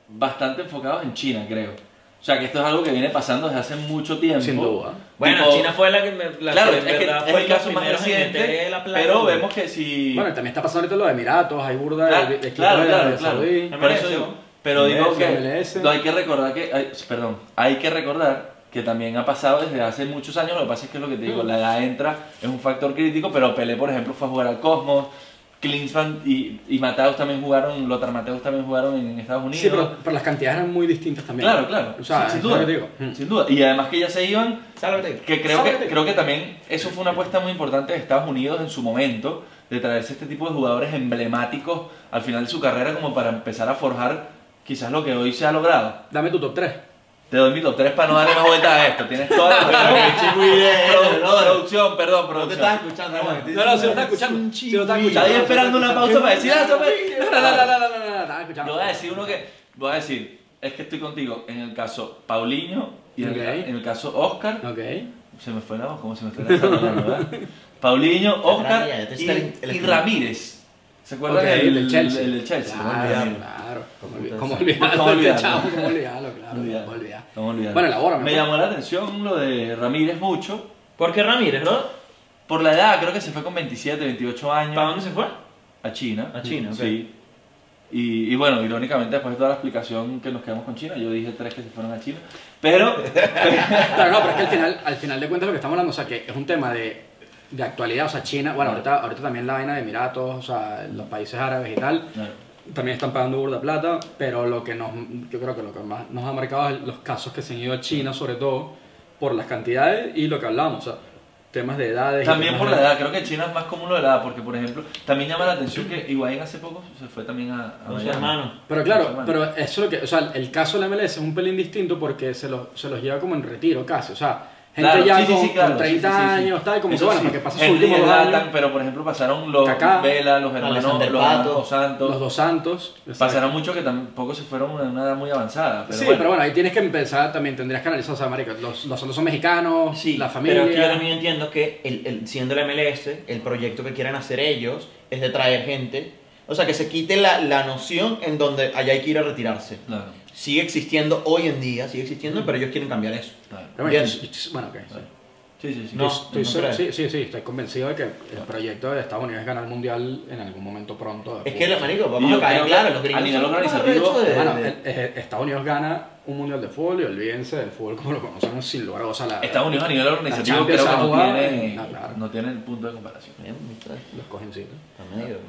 Speaker 4: bastante enfocados en China, creo. O sea, que esto es algo que viene pasando desde hace mucho tiempo.
Speaker 3: Sin duda.
Speaker 2: Bueno,
Speaker 4: Tipo,
Speaker 2: China fue la que me. La
Speaker 4: claro,
Speaker 2: que
Speaker 4: es
Speaker 2: en
Speaker 4: que
Speaker 2: verdad
Speaker 4: es
Speaker 2: fue
Speaker 4: el
Speaker 2: los
Speaker 4: caso más
Speaker 2: primeros en
Speaker 4: reciente,
Speaker 2: meter la plata,
Speaker 4: pero
Speaker 2: güey.
Speaker 4: vemos que si...
Speaker 3: Bueno, también está pasando ahorita los Emiratos, hay burda de-
Speaker 4: claro,
Speaker 3: de, de
Speaker 4: claro,
Speaker 3: equipos de
Speaker 4: claro,
Speaker 3: Arabia
Speaker 4: claro.
Speaker 3: Saudí.
Speaker 2: Saudí.
Speaker 4: Por eso digo, pero digo
Speaker 3: MLS,
Speaker 4: que
Speaker 3: MLS.
Speaker 4: no hay que recordar que, hay- perdón, hay que recordar que también ha pasado desde hace muchos años, lo que pasa es que es lo que te
Speaker 3: Mm.
Speaker 4: digo, la edad entra, es un factor crítico, pero Pelé, por ejemplo, fue a jugar al Cosmos, Klinsmann y, y Mateus también jugaron, Lothar Mateus también jugaron en, Estados Unidos.
Speaker 3: Sí, pero, pero las cantidades eran muy distintas también.
Speaker 4: Claro, claro,
Speaker 3: O sea,
Speaker 4: sin, sin
Speaker 3: es lo
Speaker 4: duda,
Speaker 3: que digo. Mm.
Speaker 4: sin duda, y además que ya se iban,
Speaker 2: Sálvate.
Speaker 4: que creo que,
Speaker 3: Sálvate.
Speaker 4: creo que también eso fue una apuesta muy importante de Estados Unidos en su momento, de traerse este tipo de jugadores emblemáticos al final de su carrera como para empezar a forjar quizás lo que hoy se ha logrado.
Speaker 3: Dame tu top 3.
Speaker 4: Te doy mi top tres para no darle más vueltas a esto. Tienes toda la razón. Produ- producción, perdón,
Speaker 5: eh. No te
Speaker 4: producción.
Speaker 5: estás escuchando, hermano.
Speaker 3: No, no, si lo está escuchando. Si lo está escuchando.
Speaker 4: Estaba ahí esperando una pausa para decir, ah, eso fue-
Speaker 3: No, no, no, no, no, no, no, no, estaba
Speaker 4: Yo
Speaker 3: escuchando.
Speaker 4: voy a decir uno que. Voy a decir, es que estoy contigo en el caso Paulinho y en, el-
Speaker 3: Ok.
Speaker 4: en el caso Oscar.
Speaker 3: Ok.
Speaker 4: Se me fue la voz, ¿cómo se me fue la voz? ¿verdad? Paulinho, Oscar
Speaker 5: ya, ya te está el-
Speaker 4: y,
Speaker 5: el-
Speaker 4: y Ramírez. ¿Se acuerdan
Speaker 3: Ok,
Speaker 4: del
Speaker 3: del Chelsea?
Speaker 4: el del Chelsea? ¿no?
Speaker 3: Claro,
Speaker 4: Olvidarlo.
Speaker 3: claro.
Speaker 5: Como
Speaker 3: ¿Cómo
Speaker 4: olvidarlo.
Speaker 3: olvidarlo? este
Speaker 4: Olvidarlo.
Speaker 3: chavo? ¿Cómo olvidarlo? Claro,
Speaker 4: Olvidarlo.
Speaker 3: ¿cómo olvidar?
Speaker 4: Vamos a olvidarlo.
Speaker 3: Bueno, elabora,
Speaker 4: Me
Speaker 3: mejor.
Speaker 4: llamó la atención lo de Ramírez mucho.
Speaker 2: ¿Por qué Ramírez, no?
Speaker 4: Por la edad, creo que se fue con 27, 28 años.
Speaker 2: ¿Para dónde se fue?
Speaker 4: A China.
Speaker 2: A China, ok.
Speaker 4: sí. Y, y bueno, irónicamente, después de toda la explicación que nos quedamos con China, yo dije tres que se fueron a China. Pero,
Speaker 3: Claro, no, pero es que al final, al final de cuentas lo que estamos hablando, o sea, que es un tema de, de actualidad, o sea, China, bueno, ahorita, ahorita también la vaina de Emiratos, o sea, los países árabes y tal,
Speaker 4: Claro.
Speaker 3: también están pagando burda plata, pero lo que nos, yo creo que lo que más nos ha marcado es los casos que se han ido a China, sobre todo, por las cantidades y lo que hablamos, o sea, temas de edades. y
Speaker 4: también
Speaker 3: temas
Speaker 4: por
Speaker 3: de-
Speaker 4: la edad, creo que China es más común lo de la edad, porque por ejemplo, también llama la atención que Higuaín hace poco se fue también a, a
Speaker 2: Con su
Speaker 4: Miami.
Speaker 2: hermano.
Speaker 3: Pero
Speaker 4: Eso,
Speaker 3: claro,
Speaker 4: bueno.
Speaker 3: pero eso es lo que, o sea, el caso de la MLS es un pelín distinto porque se los, se los lleva como en retiro casi, o sea, gente
Speaker 4: Claro,
Speaker 3: ya
Speaker 4: sí, sí,
Speaker 3: con,
Speaker 4: sí,
Speaker 3: con
Speaker 4: claro, sí,
Speaker 3: 30
Speaker 4: sí, sí, sí.
Speaker 3: años, tal, como
Speaker 4: Eso
Speaker 3: que bueno,
Speaker 4: sí,
Speaker 3: para que pase su
Speaker 4: Henry
Speaker 3: último dos
Speaker 4: Zlatan,
Speaker 3: años,
Speaker 4: pero por ejemplo pasaron los
Speaker 3: Kaká,
Speaker 4: Vela, los hermanos,
Speaker 5: Alexander
Speaker 4: los
Speaker 5: Pato,
Speaker 4: hermanos Santos.
Speaker 3: los dos santos. exacto.
Speaker 4: Pasaron mucho que tampoco se fueron a una edad muy avanzada. Pero
Speaker 3: sí,
Speaker 4: bueno.
Speaker 3: pero bueno, ahí tienes que empezar también, tendrías que analizar, o sea, marico, los, los santos son mexicanos,
Speaker 5: Sí,
Speaker 3: la familia.
Speaker 5: Pero es que yo también entiendo que el, el- siendo la MLS, el proyecto que quieren hacer ellos es de traer gente. O sea, que se quite la, la noción en donde allá hay que ir a retirarse.
Speaker 4: Claro,
Speaker 5: Sigue existiendo hoy en día, sigue existiendo, pero ellos quieren cambiar eso.
Speaker 4: claro.
Speaker 3: Pero bueno,
Speaker 5: Bien.
Speaker 3: yo- yo- bueno, ok. sí.
Speaker 4: Sí, sí, sí.
Speaker 5: No,
Speaker 4: Pues,
Speaker 3: Estoy
Speaker 5: no
Speaker 3: seguro-
Speaker 5: crees.
Speaker 3: sí, sí, sí, estoy convencido de que el proyecto de Estados Unidos es ganar el mundial en algún momento pronto. de
Speaker 5: Es que,
Speaker 3: fútbol.
Speaker 5: marico,
Speaker 4: Y
Speaker 5: vamos
Speaker 4: yo
Speaker 5: a caer
Speaker 4: creo que
Speaker 5: claro,
Speaker 4: a
Speaker 5: los gringos
Speaker 4: nivel
Speaker 5: son más
Speaker 4: organizativo,
Speaker 5: arrechos de-
Speaker 3: Bueno,
Speaker 5: de-
Speaker 3: el- el- Estados Unidos gana un mundial de fútbol y olvídense del fútbol como lo conocemos sin lugar a dudas. O sea, la-
Speaker 4: Estados Unidos a nivel organizativo creo
Speaker 3: Champions
Speaker 4: que
Speaker 3: ha
Speaker 4: no
Speaker 3: jugado
Speaker 4: tiene,
Speaker 3: en- no, claro.
Speaker 4: no tiene el punto de comparación.
Speaker 5: Bien, está-
Speaker 3: Los cogen sí. ¿no?
Speaker 5: está medio-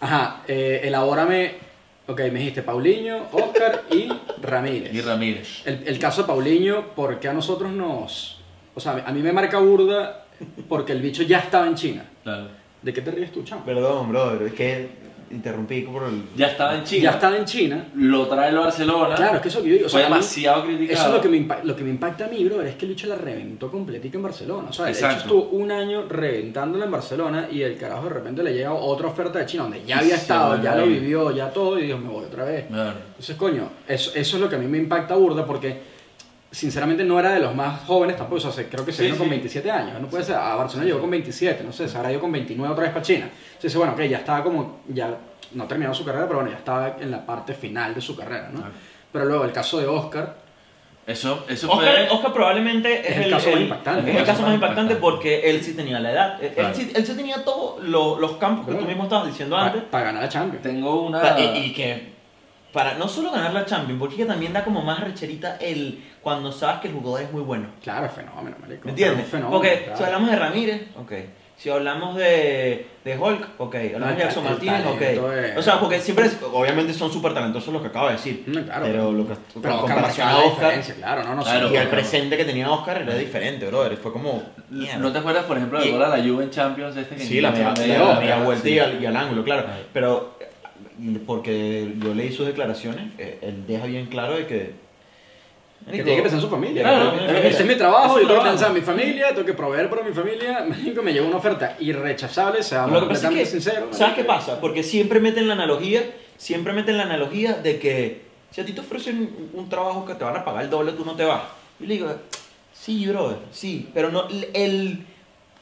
Speaker 3: Ajá, eh, elabórame. Ok, me dijiste Paulinho, Oscar y Ramírez.
Speaker 4: Y Ramírez.
Speaker 3: El, el caso de Paulinho, porque a nosotros nos. O sea, a mí me marca burda porque el bicho ya estaba en China.
Speaker 4: Claro.
Speaker 3: ¿De qué te ríes tú, chamo?
Speaker 5: Perdón, brother, es que interrumpí por el...
Speaker 4: Ya estaba en China.
Speaker 3: Ya estaba en China.
Speaker 4: Lo trae el Barcelona.
Speaker 3: Claro, es que eso que yo digo. o
Speaker 4: fue
Speaker 3: sea, a mí-
Speaker 4: demasiado criticado.
Speaker 3: Eso es lo que, me impa- lo que me impacta a mí, brother, es que el bicho la reventó completica en Barcelona. O sea, el bicho
Speaker 4: Exacto.
Speaker 3: estuvo un año reventándola en Barcelona y el carajo de repente le llega otra oferta de China donde ya
Speaker 4: Y
Speaker 3: había
Speaker 4: se
Speaker 3: estado,
Speaker 4: vuelve
Speaker 3: ya
Speaker 4: a
Speaker 3: lo
Speaker 4: ir.
Speaker 3: vivió, ya todo, y dijo, me voy otra vez.
Speaker 4: Claro.
Speaker 3: Entonces, coño, eso, eso es lo que a mí me impacta burda porque sinceramente no era de los más jóvenes tampoco. O sea, se- creo que se
Speaker 4: Sí,
Speaker 3: vino con
Speaker 4: sí.
Speaker 3: 27 años. No puede ser, a Barcelona llegó con 27, no sé, se habrá ido con 29 otra vez para China. Entonces, bueno, ok, ya estaba como, ya no terminó su carrera, pero bueno, ya estaba en la parte final de su carrera, ¿no?
Speaker 4: Claro.
Speaker 3: Pero luego el caso de Oscar,
Speaker 4: Eso, eso
Speaker 2: Oscar,
Speaker 4: fue.
Speaker 2: Oscar probablemente es,
Speaker 3: Es el caso más impactante.
Speaker 2: Es el caso más impactante porque él sí tenía la edad. Él,
Speaker 4: Claro.
Speaker 2: sí, él sí tenía todos lo- los campos que tú
Speaker 3: Claro. Ah.
Speaker 2: mismo estabas diciendo antes.
Speaker 3: para ganar la Champions.
Speaker 4: Tengo una.
Speaker 2: Pa- y, y que para no solo ganar la Champions, porque es que también da como más recherita el cuando sabes que el jugador es muy bueno.
Speaker 3: Claro, es fenómeno, marico.
Speaker 2: ¿Me entiendes?
Speaker 3: Es un fenómeno,
Speaker 2: Porque
Speaker 3: claro.
Speaker 2: si hablamos de Ramírez, ok. Si hablamos de, de Hulk, ok. Hablamos
Speaker 3: el
Speaker 2: de Jackson
Speaker 3: ta- el
Speaker 2: Martínez,
Speaker 3: talento
Speaker 2: ok.
Speaker 3: es-
Speaker 2: O sea, porque siempre, es- obviamente son súper talentosos los que acabo de decir.
Speaker 3: No, Mm, claro,
Speaker 2: pero lo que
Speaker 3: Pero
Speaker 2: en
Speaker 3: Oscar
Speaker 2: comparación
Speaker 3: marcaba
Speaker 2: a
Speaker 3: la
Speaker 2: Oscar
Speaker 3: diferencia, claro, no, no sí,
Speaker 4: Claro,
Speaker 2: y
Speaker 4: pero-
Speaker 2: el
Speaker 4: claro.
Speaker 2: presente que tenía Oscar era diferente, brother. Fue como. mierda.
Speaker 4: ¿No te acuerdas, por ejemplo,
Speaker 2: Y-
Speaker 4: del gol a la Juve en Champions? Este que
Speaker 2: Sí, la media,
Speaker 4: media-
Speaker 2: la
Speaker 4: media-
Speaker 2: media vuelta
Speaker 4: sí.
Speaker 2: y, al, y al ángulo, claro.
Speaker 4: Ajá.
Speaker 2: Pero eh, porque yo leí sus declaraciones, eh, él deja bien claro de que...
Speaker 3: Que tiene que pensar en su familia.
Speaker 4: Claro,
Speaker 3: que-
Speaker 4: no,
Speaker 3: este es mi trabajo,
Speaker 4: es
Speaker 3: yo tengo
Speaker 4: su
Speaker 3: que
Speaker 4: trabajo.
Speaker 3: pensar en mi familia, tengo que proveer para mi familia. Marico, me llegó una oferta irrechazable, seamos
Speaker 2: Lo que pasa es que,
Speaker 3: completamente sinceros.
Speaker 2: ¿sabes
Speaker 3: marico.
Speaker 2: qué pasa? Porque siempre meten la analogía, siempre meten la analogía de que si a ti te ofrecen un, un trabajo que te van a pagar el doble, tú no te vas. Y le digo, sí, brother, sí, pero no, el- el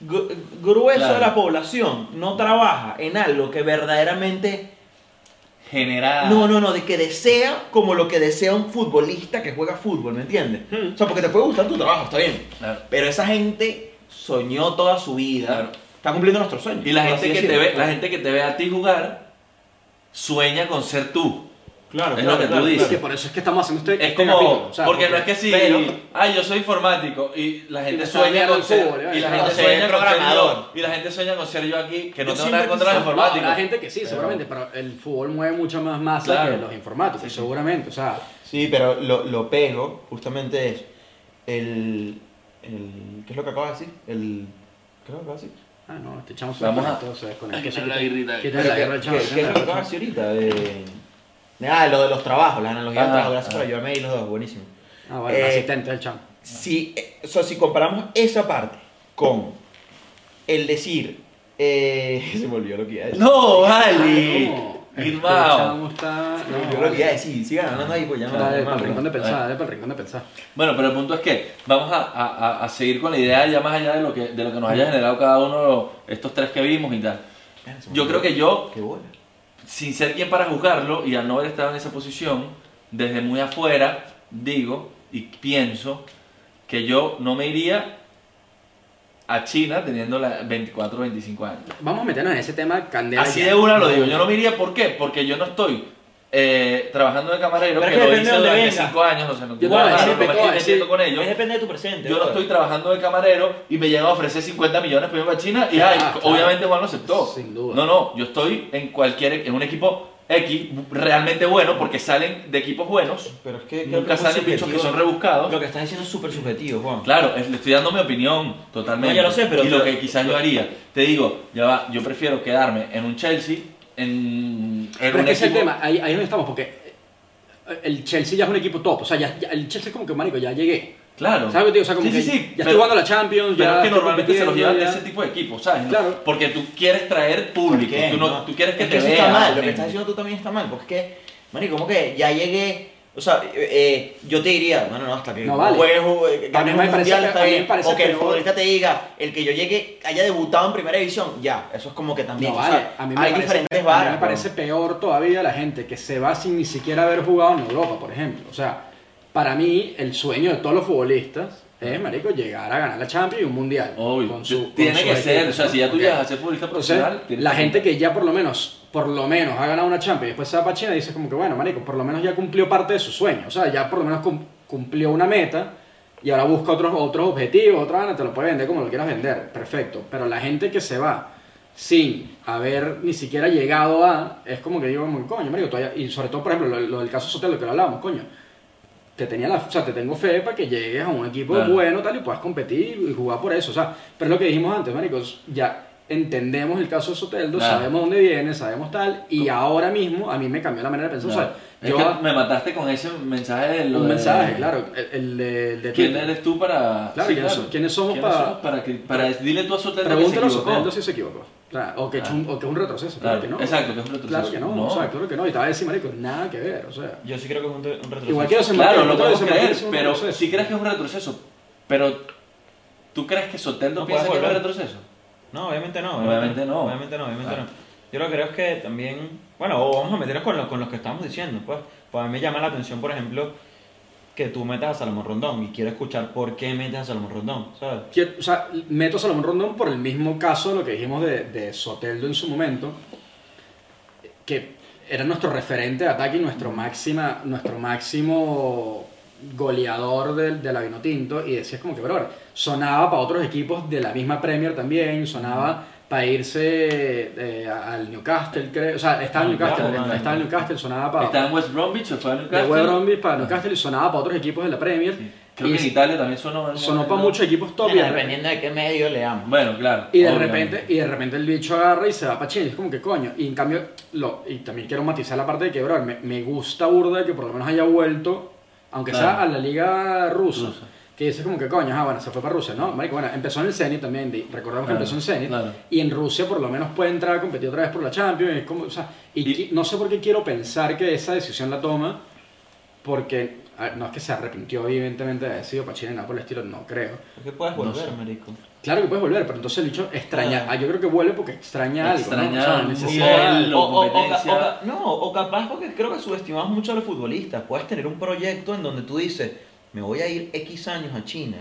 Speaker 2: gru- grueso
Speaker 4: Claro.
Speaker 2: de la población no trabaja en algo que verdaderamente...
Speaker 4: Generada.
Speaker 2: No, no, no, de que desea como lo que desea un futbolista que juega fútbol, ¿me entiendes?
Speaker 4: Hmm.
Speaker 2: O sea, porque te puede gustar tu trabajo, está bien.
Speaker 4: Claro.
Speaker 2: Pero esa gente soñó toda su vida.
Speaker 4: Claro.
Speaker 2: Está cumpliendo nuestros sueños.
Speaker 4: Y la
Speaker 2: por
Speaker 4: gente,
Speaker 2: así
Speaker 4: que te ve,
Speaker 2: decirlo.
Speaker 4: la gente que te ve a ti jugar sueña con ser tú.
Speaker 2: Claro,
Speaker 4: es lo que tú dices.
Speaker 3: Es que por eso es que estamos haciendo este,
Speaker 4: Es
Speaker 3: este
Speaker 4: como,
Speaker 3: capítulo, o sea,
Speaker 4: porque, no es que si,
Speaker 3: pero-
Speaker 4: ah, yo soy informático y la gente
Speaker 3: me
Speaker 4: sueña
Speaker 3: sabía
Speaker 4: con
Speaker 3: el
Speaker 4: ser,
Speaker 3: fútbol,
Speaker 4: y la
Speaker 3: ¿verdad?
Speaker 4: gente
Speaker 2: Con ser
Speaker 4: sueña con ser yo,
Speaker 2: programador.
Speaker 4: y la gente sueña con ser yo aquí, que
Speaker 2: Yo
Speaker 4: no tengo
Speaker 2: siempre
Speaker 4: nada contra
Speaker 2: pensaba,
Speaker 4: los
Speaker 3: No,
Speaker 4: informáticos.
Speaker 3: habrá gente que sí, seguramente, pero el fútbol mueve mucho más masa
Speaker 4: Claro.
Speaker 3: que los informáticos, seguramente. O sea,
Speaker 5: Sí, pero lo, lo pego justamente es el, el- ¿Qué es lo que acabo de decir? El... ¿Qué es lo que acabo de decir?
Speaker 3: ah, no, este chamo se
Speaker 4: Vamos a-
Speaker 3: entonces con el
Speaker 4: Hay que quitarle la birrita.
Speaker 3: Quítale la guerra al chamo.
Speaker 2: ¿Qué, qué
Speaker 3: quítale
Speaker 2: es
Speaker 3: la
Speaker 2: lo que
Speaker 3: guerra al
Speaker 2: acabas
Speaker 3: chamo.
Speaker 2: de decir ahorita? De... Ah, lo de los trabajos, la analogía
Speaker 4: Ajá,
Speaker 2: del trabajo. Gracias
Speaker 4: ajá.
Speaker 2: por ayudarme ahí los dos, buenísimo.
Speaker 3: Ah, bueno, el
Speaker 2: Eh,
Speaker 3: asistente del chamo.
Speaker 2: Si, eh, o sea, si comparamos esa parte con el decir... eh, se me olvidó lo que iba a decir.
Speaker 4: No,
Speaker 3: Ah,
Speaker 4: vale.
Speaker 3: no,
Speaker 4: Irmao.
Speaker 3: Este chamo está...
Speaker 2: Se me
Speaker 3: no,
Speaker 2: olvidó lo que iba a decir. Sigan hablando ahí, pues ya me-
Speaker 3: Dale
Speaker 2: ya me
Speaker 3: para el rincón de pensar,
Speaker 4: Vale.
Speaker 3: dale para el rincón de pensar.
Speaker 4: Bueno, pero el punto es que vamos a, a- a- a seguir con la idea ya más allá de lo que, de lo que nos haya generado cada uno lo- estos tres que vimos y tal. Yo creo que yo,
Speaker 2: Qué bola.
Speaker 4: sin ser quien para juzgarlo y al no haber estado en esa posición, desde muy afuera digo y pienso que yo no me iría a China teniendo la 24 25 años.
Speaker 3: Vamos a meternos en ese tema candela.
Speaker 4: Así
Speaker 3: ya.
Speaker 4: de una lo digo, yo no me iría, ¿por qué? Porque yo no estoy eh, trabajando de camarero,
Speaker 2: Pero es
Speaker 4: que
Speaker 2: que
Speaker 4: lo
Speaker 2: depende
Speaker 4: hice
Speaker 2: de dónde
Speaker 4: durante
Speaker 2: venga.
Speaker 4: 5 años, no sé, no,
Speaker 3: Yo te
Speaker 4: no,
Speaker 3: voy a
Speaker 4: no,
Speaker 3: decir,
Speaker 4: no me
Speaker 3: te voy
Speaker 4: estoy
Speaker 3: a decir-
Speaker 4: metiendo con ellos.
Speaker 2: Es depende de tu presente.
Speaker 4: Yo no estoy trabajando de camarero y me llega a ofrecer 50 millones para irme a China y ay,
Speaker 3: Ah, claro.
Speaker 4: obviamente Juan lo aceptó.
Speaker 3: Sin duda.
Speaker 4: No, no, yo estoy en cualquier en un equipo X realmente bueno porque salen de equipos buenos.
Speaker 5: Pero es que... creo que
Speaker 4: Nunca
Speaker 5: es muy
Speaker 4: salen bichos que
Speaker 5: subjetivo.
Speaker 4: son rebuscados.
Speaker 2: Lo que estás diciendo es súper subjetivo, Juan.
Speaker 4: Claro, es- le estoy dando mi opinión totalmente.
Speaker 2: No, ya lo sé, pero-
Speaker 4: Y lo que quizás yo haría. Te digo, ya va, yo prefiero quedarme en un Chelsea, en, en
Speaker 3: Pero
Speaker 4: un
Speaker 3: es que ese es el
Speaker 4: equipo-
Speaker 3: tema, ahí, ahí es donde estamos, porque eh, el Chelsea ya es un equipo top. O sea, ya, ya- el Chelsea es como que, marico, ya llegué.
Speaker 4: Claro.
Speaker 3: ¿Sabes lo que te digo? O sea, como
Speaker 4: sí,
Speaker 3: que
Speaker 4: sí, sí.
Speaker 3: ya estoy jugando la Champions,
Speaker 4: Pero
Speaker 3: ya
Speaker 4: es que
Speaker 3: estoy
Speaker 4: normalmente se los
Speaker 3: compitiendo,
Speaker 4: llevan de
Speaker 3: ya-
Speaker 4: ese tipo de equipos, ¿sabes? No?
Speaker 3: Claro.
Speaker 4: Porque tú quieres traer público,
Speaker 2: ¿Por qué?
Speaker 4: tú, no,
Speaker 2: No.
Speaker 4: tú quieres que
Speaker 2: Es
Speaker 4: te
Speaker 2: eso
Speaker 4: vean.
Speaker 2: está mal, lo que
Speaker 4: men.
Speaker 2: estás diciendo tú también está mal, porque es que, marico, como que ya llegué, o sea, eh, eh, yo te diría, no, no, no, hasta que
Speaker 3: No vale.
Speaker 2: juegues, juegues,
Speaker 3: A mí
Speaker 2: ganes
Speaker 3: me
Speaker 2: un
Speaker 3: parece
Speaker 2: mundial
Speaker 3: que-
Speaker 2: está
Speaker 3: a mí me
Speaker 2: bien,
Speaker 3: parece
Speaker 2: o que el
Speaker 3: peor.
Speaker 2: futbolista te diga, el que yo llegue haya debutado en primera división, ya, eso es como que también,
Speaker 3: No,
Speaker 2: o sea,
Speaker 3: vale, a mí me
Speaker 2: hay
Speaker 3: parece,
Speaker 2: diferentes
Speaker 3: a mí
Speaker 2: varas.
Speaker 3: me parece peor todavía la gente que se va sin ni siquiera haber jugado en Europa, por ejemplo. O sea, para mí, el sueño de todos los futbolistas es, marico, llegar a ganar la Champions y un Mundial.
Speaker 4: Obvio.
Speaker 3: Con su- con
Speaker 4: tiene
Speaker 3: su
Speaker 4: que ser,
Speaker 3: equipo,
Speaker 4: o sea,
Speaker 3: ¿no?
Speaker 4: si ya tú
Speaker 3: Ok.
Speaker 4: llegas a ser futbolista
Speaker 3: Entonces,
Speaker 4: profesional, tienes
Speaker 3: la gente que ya por lo menos, por lo menos ha ganado una Champions y después se va para China, dice como que bueno, marico, por lo menos ya cumplió parte de su sueño. O sea, ya por lo menos cum- cumplió una meta y ahora busca otros, otros objetivos, otra vaina, te lo puede vender como lo quieras vender, perfecto. Pero la gente que se va sin haber ni siquiera llegado a, es como que digo, como, coño, marico, todavía- y sobre todo, por ejemplo, lo, lo del caso Sotelo que lo hablábamos, coño. Te tenía la, o sea, te tengo fe para que llegues a un equipo
Speaker 4: Claro.
Speaker 3: bueno tal y puedas competir y jugar por eso. O sea, pero es lo que dijimos antes, maricos, ya entendemos el caso de Soteldo,
Speaker 4: Claro.
Speaker 3: sabemos dónde viene, sabemos tal, y ahora mismo a mí me cambió la manera de pensar.
Speaker 4: Claro.
Speaker 3: O sea,
Speaker 4: Es
Speaker 3: yo,
Speaker 4: que me mataste con ese mensaje de lo
Speaker 3: un
Speaker 4: de-
Speaker 3: mensaje, claro, el, el de, el de
Speaker 4: ¿Quién
Speaker 3: Twitter.
Speaker 4: eres tú para.?
Speaker 3: Claro, ¿quiénes so- quiénes somos
Speaker 4: ¿Quiénes
Speaker 3: para-
Speaker 4: somos para que- para- Dile tú a Sotelo que se
Speaker 3: Pregúntale a
Speaker 4: equivocó. Ah.
Speaker 3: Soteldo si se equivocó. O, sea, o que es un, o que es un retroceso, claro,
Speaker 4: Claro,
Speaker 3: que no.
Speaker 4: exacto, que es un retroceso.
Speaker 3: Claro que no,
Speaker 4: No.
Speaker 3: o sea, claro que no. Y te va a decir, marico, nada que ver, o sea.
Speaker 2: Yo sí creo que es un, un retroceso.
Speaker 3: Igual que José
Speaker 4: Claro,
Speaker 3: Martínez,
Speaker 4: lo
Speaker 3: otro
Speaker 4: podemos
Speaker 3: José Martínez
Speaker 4: creer,
Speaker 3: es un
Speaker 4: pero
Speaker 3: retroceso.
Speaker 4: si crees que es un retroceso, pero ¿tú crees que Soteldo
Speaker 2: No
Speaker 4: piensa que
Speaker 2: puedes
Speaker 4: es un
Speaker 2: volver.
Speaker 4: retroceso?
Speaker 2: No, obviamente no.
Speaker 4: Obviamente no.
Speaker 2: Obviamente no, obviamente
Speaker 4: Ah.
Speaker 2: no. Yo lo que creo es que también, bueno, o vamos a meternos con, lo- con los que estamos diciendo, pues, pues a mí me llama la atención, por ejemplo, que tú metas a Salomón Rondón y quiero escuchar por qué metes a Salomón Rondón, ¿sabes?
Speaker 3: Quiero- o sea, meto a Salomón Rondón por el mismo caso de lo que dijimos de, de Soteldo en su momento, que era nuestro referente de ataque y nuestro, máxima, nuestro máximo goleador del, de la Vinotinto y decías como que, bro, sonaba para otros equipos de la misma Premier también, sonaba para irse eh, a- al Newcastle, creo, o sea, estaba en Newcastle,
Speaker 4: Ah, claro.
Speaker 3: estaba en Newcastle, sonaba para...
Speaker 4: ¿Está en West Bromwich o fue a
Speaker 3: de
Speaker 4: Newcastle?
Speaker 3: West Bromwich para Newcastle y sonaba para otros equipos de la Premier.
Speaker 4: Creo
Speaker 3: y
Speaker 4: que en Italia también sonó.
Speaker 3: sonó para muchos equipos top. y
Speaker 5: Bueno,
Speaker 3: de repente-
Speaker 5: dependiendo de qué medio leamos.
Speaker 4: Bueno, claro.
Speaker 3: Y de,
Speaker 4: obviamente.
Speaker 3: repente, y de repente el bicho agarra y se va para Chile. Es como que coño. Y en cambio, lo, y también quiero matizar la parte de que, bro, me, me gusta burda que por lo menos haya vuelto, aunque sea
Speaker 4: Claro.
Speaker 3: a la liga rusa.
Speaker 4: Rusa.
Speaker 3: Que dices como que coño, ah, bueno, se fue para Rusia, ¿no? Marico, bueno, empezó en el Zenit también, di- recordemos
Speaker 4: Claro,
Speaker 3: que empezó en Zenit.
Speaker 4: claro.
Speaker 3: Y en Rusia por lo menos puede entrar a competir otra vez por la Champions. Es como, o sea, y,
Speaker 4: Y-
Speaker 3: qui- no sé por qué quiero pensar que esa decisión la toma, porque a ver, no es que se arrepintió evidentemente de haber sido para Chile, nada por el estilo, no creo.
Speaker 5: ¿Por qué puedes volver, marico?
Speaker 3: Claro que puedes volver, pero entonces el bicho extraña.
Speaker 5: Ah.
Speaker 3: Ah, yo creo que vuelve porque extraña algo.
Speaker 4: Extraña
Speaker 3: ¿no? O sea,
Speaker 4: un
Speaker 5: O-
Speaker 3: necesita-
Speaker 4: nivel,
Speaker 5: o- o- o-
Speaker 4: competencia.
Speaker 5: o ca- no, o capaz porque creo que subestimamos mucho a los futbolistas. Puedes tener un proyecto en donde tú dices, me voy a ir X años a China,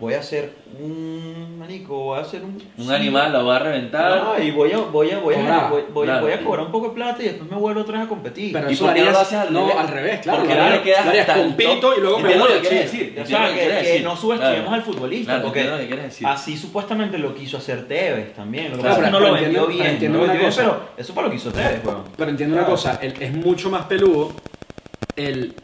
Speaker 5: voy a hacer un manico, voy a hacer un...
Speaker 4: Un animal la va a reventar.
Speaker 5: Ah, y voy a, voy a, voy a,
Speaker 3: Cobrar,
Speaker 5: voy, voy a-
Speaker 4: claro.
Speaker 5: voy a cobrar un poco de plata y después me vuelvo otra vez a competir.
Speaker 3: Pero
Speaker 4: ¿Y
Speaker 3: eso
Speaker 4: por qué
Speaker 3: harías-
Speaker 4: no lo haces al
Speaker 3: no,
Speaker 4: revés?
Speaker 3: al revés, claro.
Speaker 4: Porque
Speaker 3: lo
Speaker 4: ahora
Speaker 3: harías-
Speaker 4: le quedas
Speaker 3: lo harías
Speaker 4: hasta el
Speaker 3: compito
Speaker 4: top.
Speaker 3: y luego me
Speaker 4: Entiendo
Speaker 3: voy
Speaker 4: lo
Speaker 3: a Chile.
Speaker 4: que quieres decir.
Speaker 5: o
Speaker 4: entiendo
Speaker 5: sea,
Speaker 4: lo
Speaker 5: que,
Speaker 4: quieres
Speaker 5: que
Speaker 4: decir.
Speaker 5: no subestimemos
Speaker 4: Claro.
Speaker 5: al futbolista,
Speaker 4: Claro,
Speaker 5: porque
Speaker 4: entiendo lo que quieres decir.
Speaker 5: así supuestamente lo quiso hacer Tevez también. Lo que
Speaker 4: Claro,
Speaker 5: pasa es que no
Speaker 3: pero
Speaker 5: lo
Speaker 3: entiendo-
Speaker 5: vendió
Speaker 3: pero
Speaker 5: bien, no
Speaker 3: entiendo
Speaker 5: lo
Speaker 3: una
Speaker 5: vendió bien,
Speaker 3: cosa.
Speaker 5: pero eso para lo que hizo Tevez, weón.
Speaker 3: Pero entiendo una
Speaker 5: Claro.
Speaker 3: cosa, el- es mucho más peludo el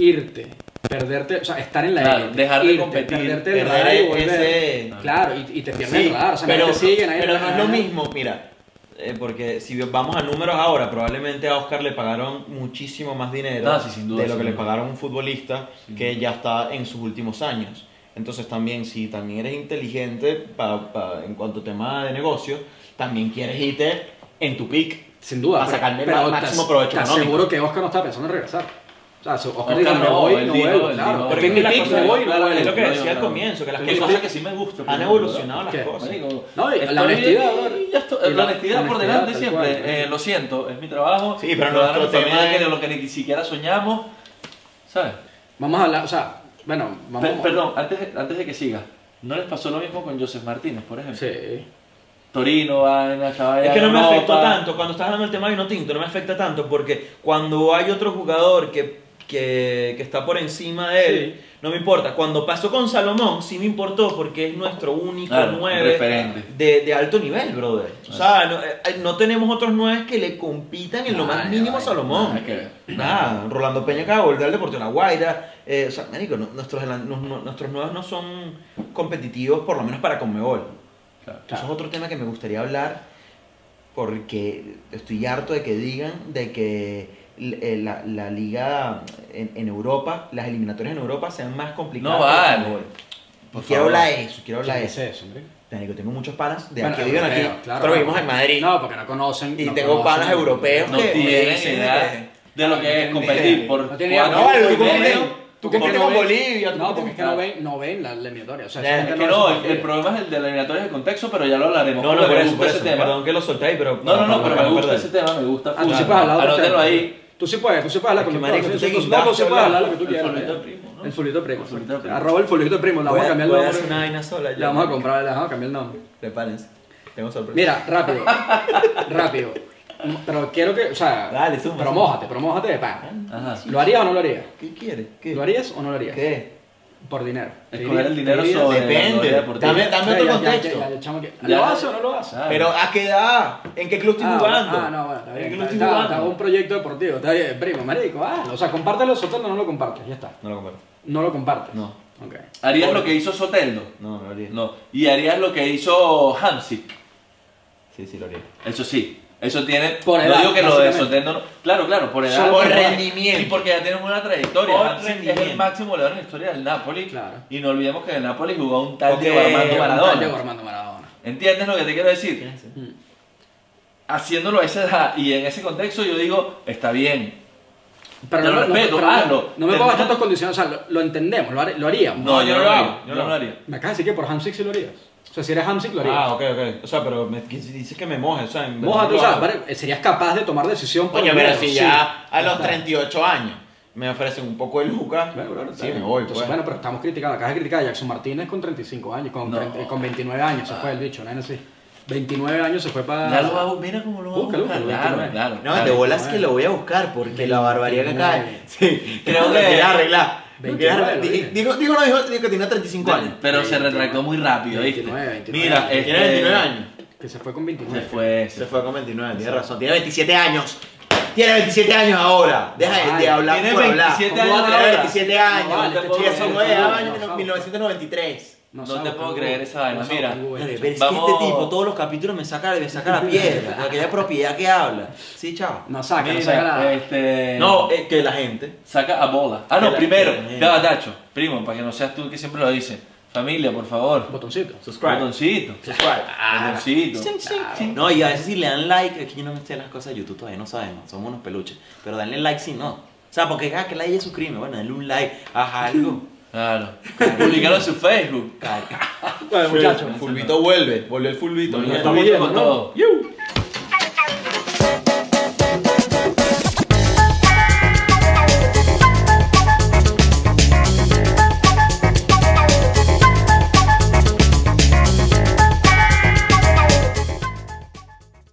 Speaker 3: irte, perderte, o sea, estar en la
Speaker 4: Claro,
Speaker 3: élite,
Speaker 4: dejar de
Speaker 3: irte,
Speaker 4: competir,
Speaker 3: perderte el
Speaker 5: Perder
Speaker 3: radar y volver.
Speaker 5: ese-
Speaker 3: Claro, y, y te pierdes
Speaker 5: Sí,
Speaker 3: el radar, o sea,
Speaker 5: pero,
Speaker 3: nadie te sigue, nadie
Speaker 5: pero
Speaker 3: te-
Speaker 5: no es lo mismo, mira, eh, porque si vamos a números ahora, probablemente a Oscar le pagaron muchísimo más dinero
Speaker 4: No, sí, sin duda,
Speaker 5: de lo
Speaker 4: sin
Speaker 5: que le
Speaker 4: duda.
Speaker 5: pagaron a un futbolista que ya está en sus últimos años. Entonces también, si también eres inteligente pa- pa- en cuanto a tema de negocio, también quieres irte en tu pick.
Speaker 3: Sin duda.
Speaker 5: Para
Speaker 3: pero-
Speaker 5: sacarle
Speaker 3: pero
Speaker 5: el
Speaker 3: te-
Speaker 5: máximo provecho
Speaker 3: Te
Speaker 5: económico.
Speaker 3: aseguro que Oscar no estaba pensando en regresar. O sea, si Oscar,
Speaker 4: Oscar
Speaker 3: dijo, me
Speaker 4: no,
Speaker 3: voy,
Speaker 4: él
Speaker 3: no
Speaker 4: dijo,
Speaker 3: vuelvo,
Speaker 4: él
Speaker 3: claro.
Speaker 4: dijo,
Speaker 3: Estoy
Speaker 4: porque
Speaker 3: en mi
Speaker 4: la
Speaker 3: pick,
Speaker 4: cosa
Speaker 3: me
Speaker 4: es-
Speaker 3: voy y no
Speaker 5: es lo
Speaker 3: vuelvo.
Speaker 5: que
Speaker 4: No,
Speaker 5: decía
Speaker 4: yo
Speaker 5: al
Speaker 4: no.
Speaker 5: comienzo, que las
Speaker 4: Hay
Speaker 5: cosas
Speaker 4: cosas que sí me gustan.
Speaker 5: han evolucionado las
Speaker 3: ¿Qué?
Speaker 5: cosas.
Speaker 4: Marico,
Speaker 3: No, y la
Speaker 4: estoy
Speaker 3: honestidad,
Speaker 4: bien
Speaker 3: brother.
Speaker 4: y ya estoy.
Speaker 3: Y la
Speaker 4: la honestidad por
Speaker 3: honestidad,
Speaker 4: delante
Speaker 3: tal
Speaker 4: siempre.
Speaker 3: cual.
Speaker 4: Eh, lo siento, es mi trabajo.
Speaker 5: Sí, pero
Speaker 4: Me va a dar una
Speaker 5: nuestro
Speaker 4: enfermedad
Speaker 5: tema es-
Speaker 4: que de lo que ni siquiera soñamos. ¿Sabes?
Speaker 3: Vamos a hablar, o sea, bueno, vamos
Speaker 4: Per- perdón, antes de, antes de que sigas, ¿no les pasó lo mismo con Joseph Martínez, por ejemplo?
Speaker 3: Sí.
Speaker 4: Torino, vaina, estaba
Speaker 5: Es
Speaker 4: ya
Speaker 5: que no
Speaker 4: en
Speaker 5: me
Speaker 4: Europa.
Speaker 5: afectó tanto, cuando estás hablando del tema de vino tinto, no me afecta tanto, porque cuando hay otro jugador que, que, que está por encima de él, no me importa. Cuando pasó con Salomón, sí me importó, porque es nuestro único
Speaker 4: Claro,
Speaker 5: nueve
Speaker 4: referente.
Speaker 5: de, de alto nivel, brother. O sea, no, eh, no tenemos otros nueve que le compitan en lo más
Speaker 3: Ay,
Speaker 5: mínimo a
Speaker 3: ay,
Speaker 5: Salomón.
Speaker 4: nada que ver.
Speaker 5: Nada, Rolando Peña acaba de volver al Deportivo La Guaira. Eh, o sea, marico, no- nuestros, delan- no- no- nuestros nuevos no son competitivos, por lo menos para Conmebol.
Speaker 4: Claro.
Speaker 5: Eso es otro tema que me gustaría hablar porque estoy harto de que digan de que l- eh, la, la liga en, en Europa, las eliminatorias en Europa sean más complicadas.
Speaker 4: No
Speaker 5: que el
Speaker 4: vale.
Speaker 5: fútbol.
Speaker 4: Por
Speaker 5: Quiero E,
Speaker 4: favor.
Speaker 5: hablar de eso, quiero hablar
Speaker 3: ¿Quién
Speaker 5: de
Speaker 3: es
Speaker 5: eso.
Speaker 3: eso, hombre?
Speaker 5: Marico, tengo muchos panas de
Speaker 3: Bueno,
Speaker 5: aquí que viven aquí.
Speaker 3: europeos, claro.
Speaker 5: Nosotros vivimos en Madrid.
Speaker 3: No, porque no conocen.
Speaker 5: Y
Speaker 3: no
Speaker 5: tengo
Speaker 3: conocen.
Speaker 5: panas europeos
Speaker 4: No
Speaker 5: que
Speaker 4: tienen
Speaker 5: dicen
Speaker 4: idea de lo que es competir por
Speaker 3: No tienen idea.
Speaker 5: No, vale, tú
Speaker 4: Por-
Speaker 5: compites-
Speaker 4: por-
Speaker 5: tú compites
Speaker 3: no
Speaker 5: con
Speaker 3: ven-
Speaker 5: Bolivia. tú
Speaker 3: No, porque
Speaker 5: compites
Speaker 3: es que no ven, no ven la eliminatoria. O sea,
Speaker 5: Ya,
Speaker 3: esa
Speaker 5: es
Speaker 4: Es
Speaker 3: gente
Speaker 4: que
Speaker 3: no
Speaker 4: no,
Speaker 3: hace
Speaker 4: el, el
Speaker 3: partido.
Speaker 4: problema es el de la eliminatoria de contexto, pero ya lo hablaremos.
Speaker 5: No, no,
Speaker 4: porque
Speaker 5: por
Speaker 4: me
Speaker 5: eso,
Speaker 4: gusta
Speaker 5: por
Speaker 4: ese
Speaker 5: eso.
Speaker 4: tema.
Speaker 5: Perdón que lo soltáis, pero.
Speaker 4: No, no, no, pero
Speaker 5: para
Speaker 4: me gusta
Speaker 5: perder.
Speaker 4: ese tema, me gusta.
Speaker 3: Ah, tú sí
Speaker 4: full.
Speaker 5: pues,
Speaker 3: puedes hablar de otro tema.
Speaker 4: Anótelo ahí.
Speaker 3: Tú sí puedes, tú sí puedes hablar con
Speaker 5: Es que,
Speaker 3: tu
Speaker 5: marico, tú
Speaker 3: sí,
Speaker 5: te
Speaker 3: sí, no, tú sí
Speaker 5: guindaste
Speaker 3: puedes hablar lo que tú
Speaker 4: El
Speaker 3: quieras.
Speaker 4: fulbito
Speaker 3: eh.
Speaker 4: primo, ¿no?
Speaker 3: El fulito primo.
Speaker 4: El fulbito primo.
Speaker 3: Arroba el fulito primo, le vamos a cambiar el
Speaker 5: Voy a hacer
Speaker 3: nombre.
Speaker 5: una vaina sola.
Speaker 3: Le
Speaker 5: yo.
Speaker 3: vamos a comprar, le vamos a cambiar el nombre.
Speaker 5: Prepárense. Tengo sorpresa.
Speaker 3: Mira, rápido, rápido. Pero quiero que, o sea,
Speaker 5: Dale, suma,
Speaker 3: pero
Speaker 5: suma.
Speaker 3: mójate, pero mójate de pan.
Speaker 4: Ajá.
Speaker 3: ¿Lo harías o no lo harías?
Speaker 5: ¿Qué quieres? ¿Qué?
Speaker 3: ¿Lo harías o no lo harías?
Speaker 5: ¿Qué?
Speaker 3: Por dinero.
Speaker 4: Escoger el dinero sobre la
Speaker 5: Depende.
Speaker 4: gloria deportiva.
Speaker 5: Dame- dame- otro
Speaker 3: Ya, ya,
Speaker 5: contexto.
Speaker 3: ya, ya, el chamo que-
Speaker 4: Ya.
Speaker 3: ¿Lo hace o no lo hace?
Speaker 4: Ah,
Speaker 5: Pero ¿a qué edad? ¿En qué club estoy
Speaker 3: Ah,
Speaker 5: jugando?
Speaker 3: Ah, no, bueno, está
Speaker 5: ¿En qué
Speaker 3: bien.
Speaker 5: club
Speaker 3: Está,
Speaker 5: estoy
Speaker 3: está, está
Speaker 5: jugando?
Speaker 3: un proyecto deportivo, está bien, primo, marico, ah, o sea, compártelo, Soteldo no lo compartes, ya está.
Speaker 5: No lo comparto.
Speaker 3: No lo compartes.
Speaker 5: No.
Speaker 3: Ok.
Speaker 4: ¿Harías lo que hizo Soteldo?
Speaker 5: No, no lo haría.
Speaker 4: No. ¿Y harías lo que hizo Hamsik?
Speaker 5: Sí, sí, lo haría.
Speaker 4: Eso sí. Eso tiene.
Speaker 3: Por
Speaker 4: no
Speaker 3: edad,
Speaker 4: digo que lo de
Speaker 3: básicamente.
Speaker 4: Soteldo no. Claro, claro, por edad.
Speaker 3: Solo por edad.
Speaker 4: Y porque ya tienen una trayectoria.
Speaker 5: Por
Speaker 4: Hamsik es el
Speaker 5: rendimiento.
Speaker 4: máximo goleador en la historia del Napoli.
Speaker 3: Claro.
Speaker 4: Y no olvidemos que en el Napoli jugó un tal
Speaker 5: Ok,
Speaker 4: Diego Armando
Speaker 3: Diego
Speaker 4: Maradona.
Speaker 3: Armando Maradona.
Speaker 4: ¿Entiendes lo que te quiero decir?
Speaker 3: Mm.
Speaker 4: Haciéndolo a esa edad y en ese contexto, yo digo, está bien.
Speaker 3: Pero
Speaker 4: Te lo
Speaker 3: no, no,
Speaker 4: respeto,
Speaker 3: pero no-
Speaker 4: hazlo.
Speaker 3: No me
Speaker 4: Te-
Speaker 3: puedo gastar tus condiciones, o sea, lo, lo entendemos, lo, haré- lo haríamos.
Speaker 4: No, yo no lo hago.
Speaker 5: yo
Speaker 4: Yo
Speaker 5: no.
Speaker 4: no lo haría.
Speaker 3: Me acabas de decir que por Hamsik sí lo harías. O sea, si eres Hamsik lo harías.
Speaker 5: Ah, ok, ok. O sea, pero me que- dices que me moje, o sea, en
Speaker 3: Mójate,
Speaker 5: no
Speaker 3: o
Speaker 5: lo
Speaker 3: sea,
Speaker 5: hago.
Speaker 3: vale, serías capaz de tomar decisión por
Speaker 5: Coño,
Speaker 3: el
Speaker 5: pero
Speaker 3: dinero,
Speaker 5: si
Speaker 3: sí.
Speaker 5: ya a los
Speaker 3: Está.
Speaker 5: 38 años me ofrecen un poco de lucas,
Speaker 3: Bueno, bueno, está
Speaker 5: sí, me
Speaker 3: bien.
Speaker 5: voy,
Speaker 3: Entonces,
Speaker 5: pues.
Speaker 3: Bueno, pero estamos criticando, acabas de criticar a Jackson Martínez con 35 años, con,
Speaker 4: No.
Speaker 3: 30 con 29 años se fue el bicho, nena, sí. 29 años se fue para...
Speaker 4: Ya lo hago, mira cómo lo hago.
Speaker 3: Búscalo, búscalo,
Speaker 4: Claro,
Speaker 3: búscalo.
Speaker 4: claro.
Speaker 5: No, te
Speaker 4: claro.
Speaker 5: bolas que lo voy a buscar porque la barbaridad que acaba.
Speaker 3: Veintinueve.
Speaker 5: Sí,
Speaker 4: Creo
Speaker 5: creo
Speaker 4: que-
Speaker 5: que arreglar.
Speaker 3: 29
Speaker 2: Claro,
Speaker 3: lo
Speaker 2: di-
Speaker 3: dije.
Speaker 2: Digo, digo, no, dijo, digo que tenía 35 años.
Speaker 4: Pero se
Speaker 3: 29.
Speaker 4: retractó muy rápido, ¿viste?
Speaker 3: 29, 29.
Speaker 4: Mira,
Speaker 2: Tiene
Speaker 4: este,
Speaker 2: 29 años.
Speaker 3: Que se fue con 29.
Speaker 4: Se fue,
Speaker 2: Se fue con 29, tiene razón. Tiene 27 años. Tiene 27 años ahora. Deja de, de
Speaker 3: Ay,
Speaker 2: hablar
Speaker 4: tiene
Speaker 2: por hablar.
Speaker 4: 27
Speaker 2: ¿Cómo va a
Speaker 4: años
Speaker 2: tener
Speaker 4: ahora?
Speaker 2: 27 años.
Speaker 3: No vale,
Speaker 2: Sí, eso
Speaker 3: no,
Speaker 2: fue
Speaker 3: no, no,
Speaker 2: año
Speaker 3: no,
Speaker 2: 1993.
Speaker 4: No
Speaker 3: sabes,
Speaker 4: te puedo
Speaker 3: Perú.
Speaker 4: creer esa vaina,
Speaker 3: sabes,
Speaker 4: mira.
Speaker 3: Perú,
Speaker 2: Pero
Speaker 3: eh.
Speaker 2: es que este
Speaker 4: Vamos.
Speaker 2: tipo todos los capítulos me saca, me saca la piedra, porque la propiedad que habla. Sí, chao.
Speaker 3: No saca, no
Speaker 4: Mira,
Speaker 3: saca nada.
Speaker 4: este,
Speaker 2: No, es que la gente.
Speaker 4: Saca a bola. Ah, no,
Speaker 2: Espera,
Speaker 4: primero.
Speaker 2: espera,
Speaker 4: Ya, va, Tacho. Primo, para que no seas tú que siempre lo dices. Familia, por favor.
Speaker 3: Botoncito.
Speaker 2: Subscribe.
Speaker 4: Botoncito.
Speaker 2: Subscribe.
Speaker 4: Ah. Botoncito.
Speaker 2: No, y a veces si le dan like, es que yo no me sé las cosas de YouTube todavía, no sabemos, somos unos peluches. Pero danle like si no. O sea, porque cada que like es suscribe, bueno, denle un like, haz algo.
Speaker 4: Claro. Publicarlo en su Facebook.
Speaker 2: Car-
Speaker 3: Bueno, muchachos.
Speaker 2: vuelve, volvió el fulbito.
Speaker 4: Bueno,
Speaker 2: mira.
Speaker 4: estamos
Speaker 3: bien,
Speaker 4: con
Speaker 3: ¿no?
Speaker 4: todo.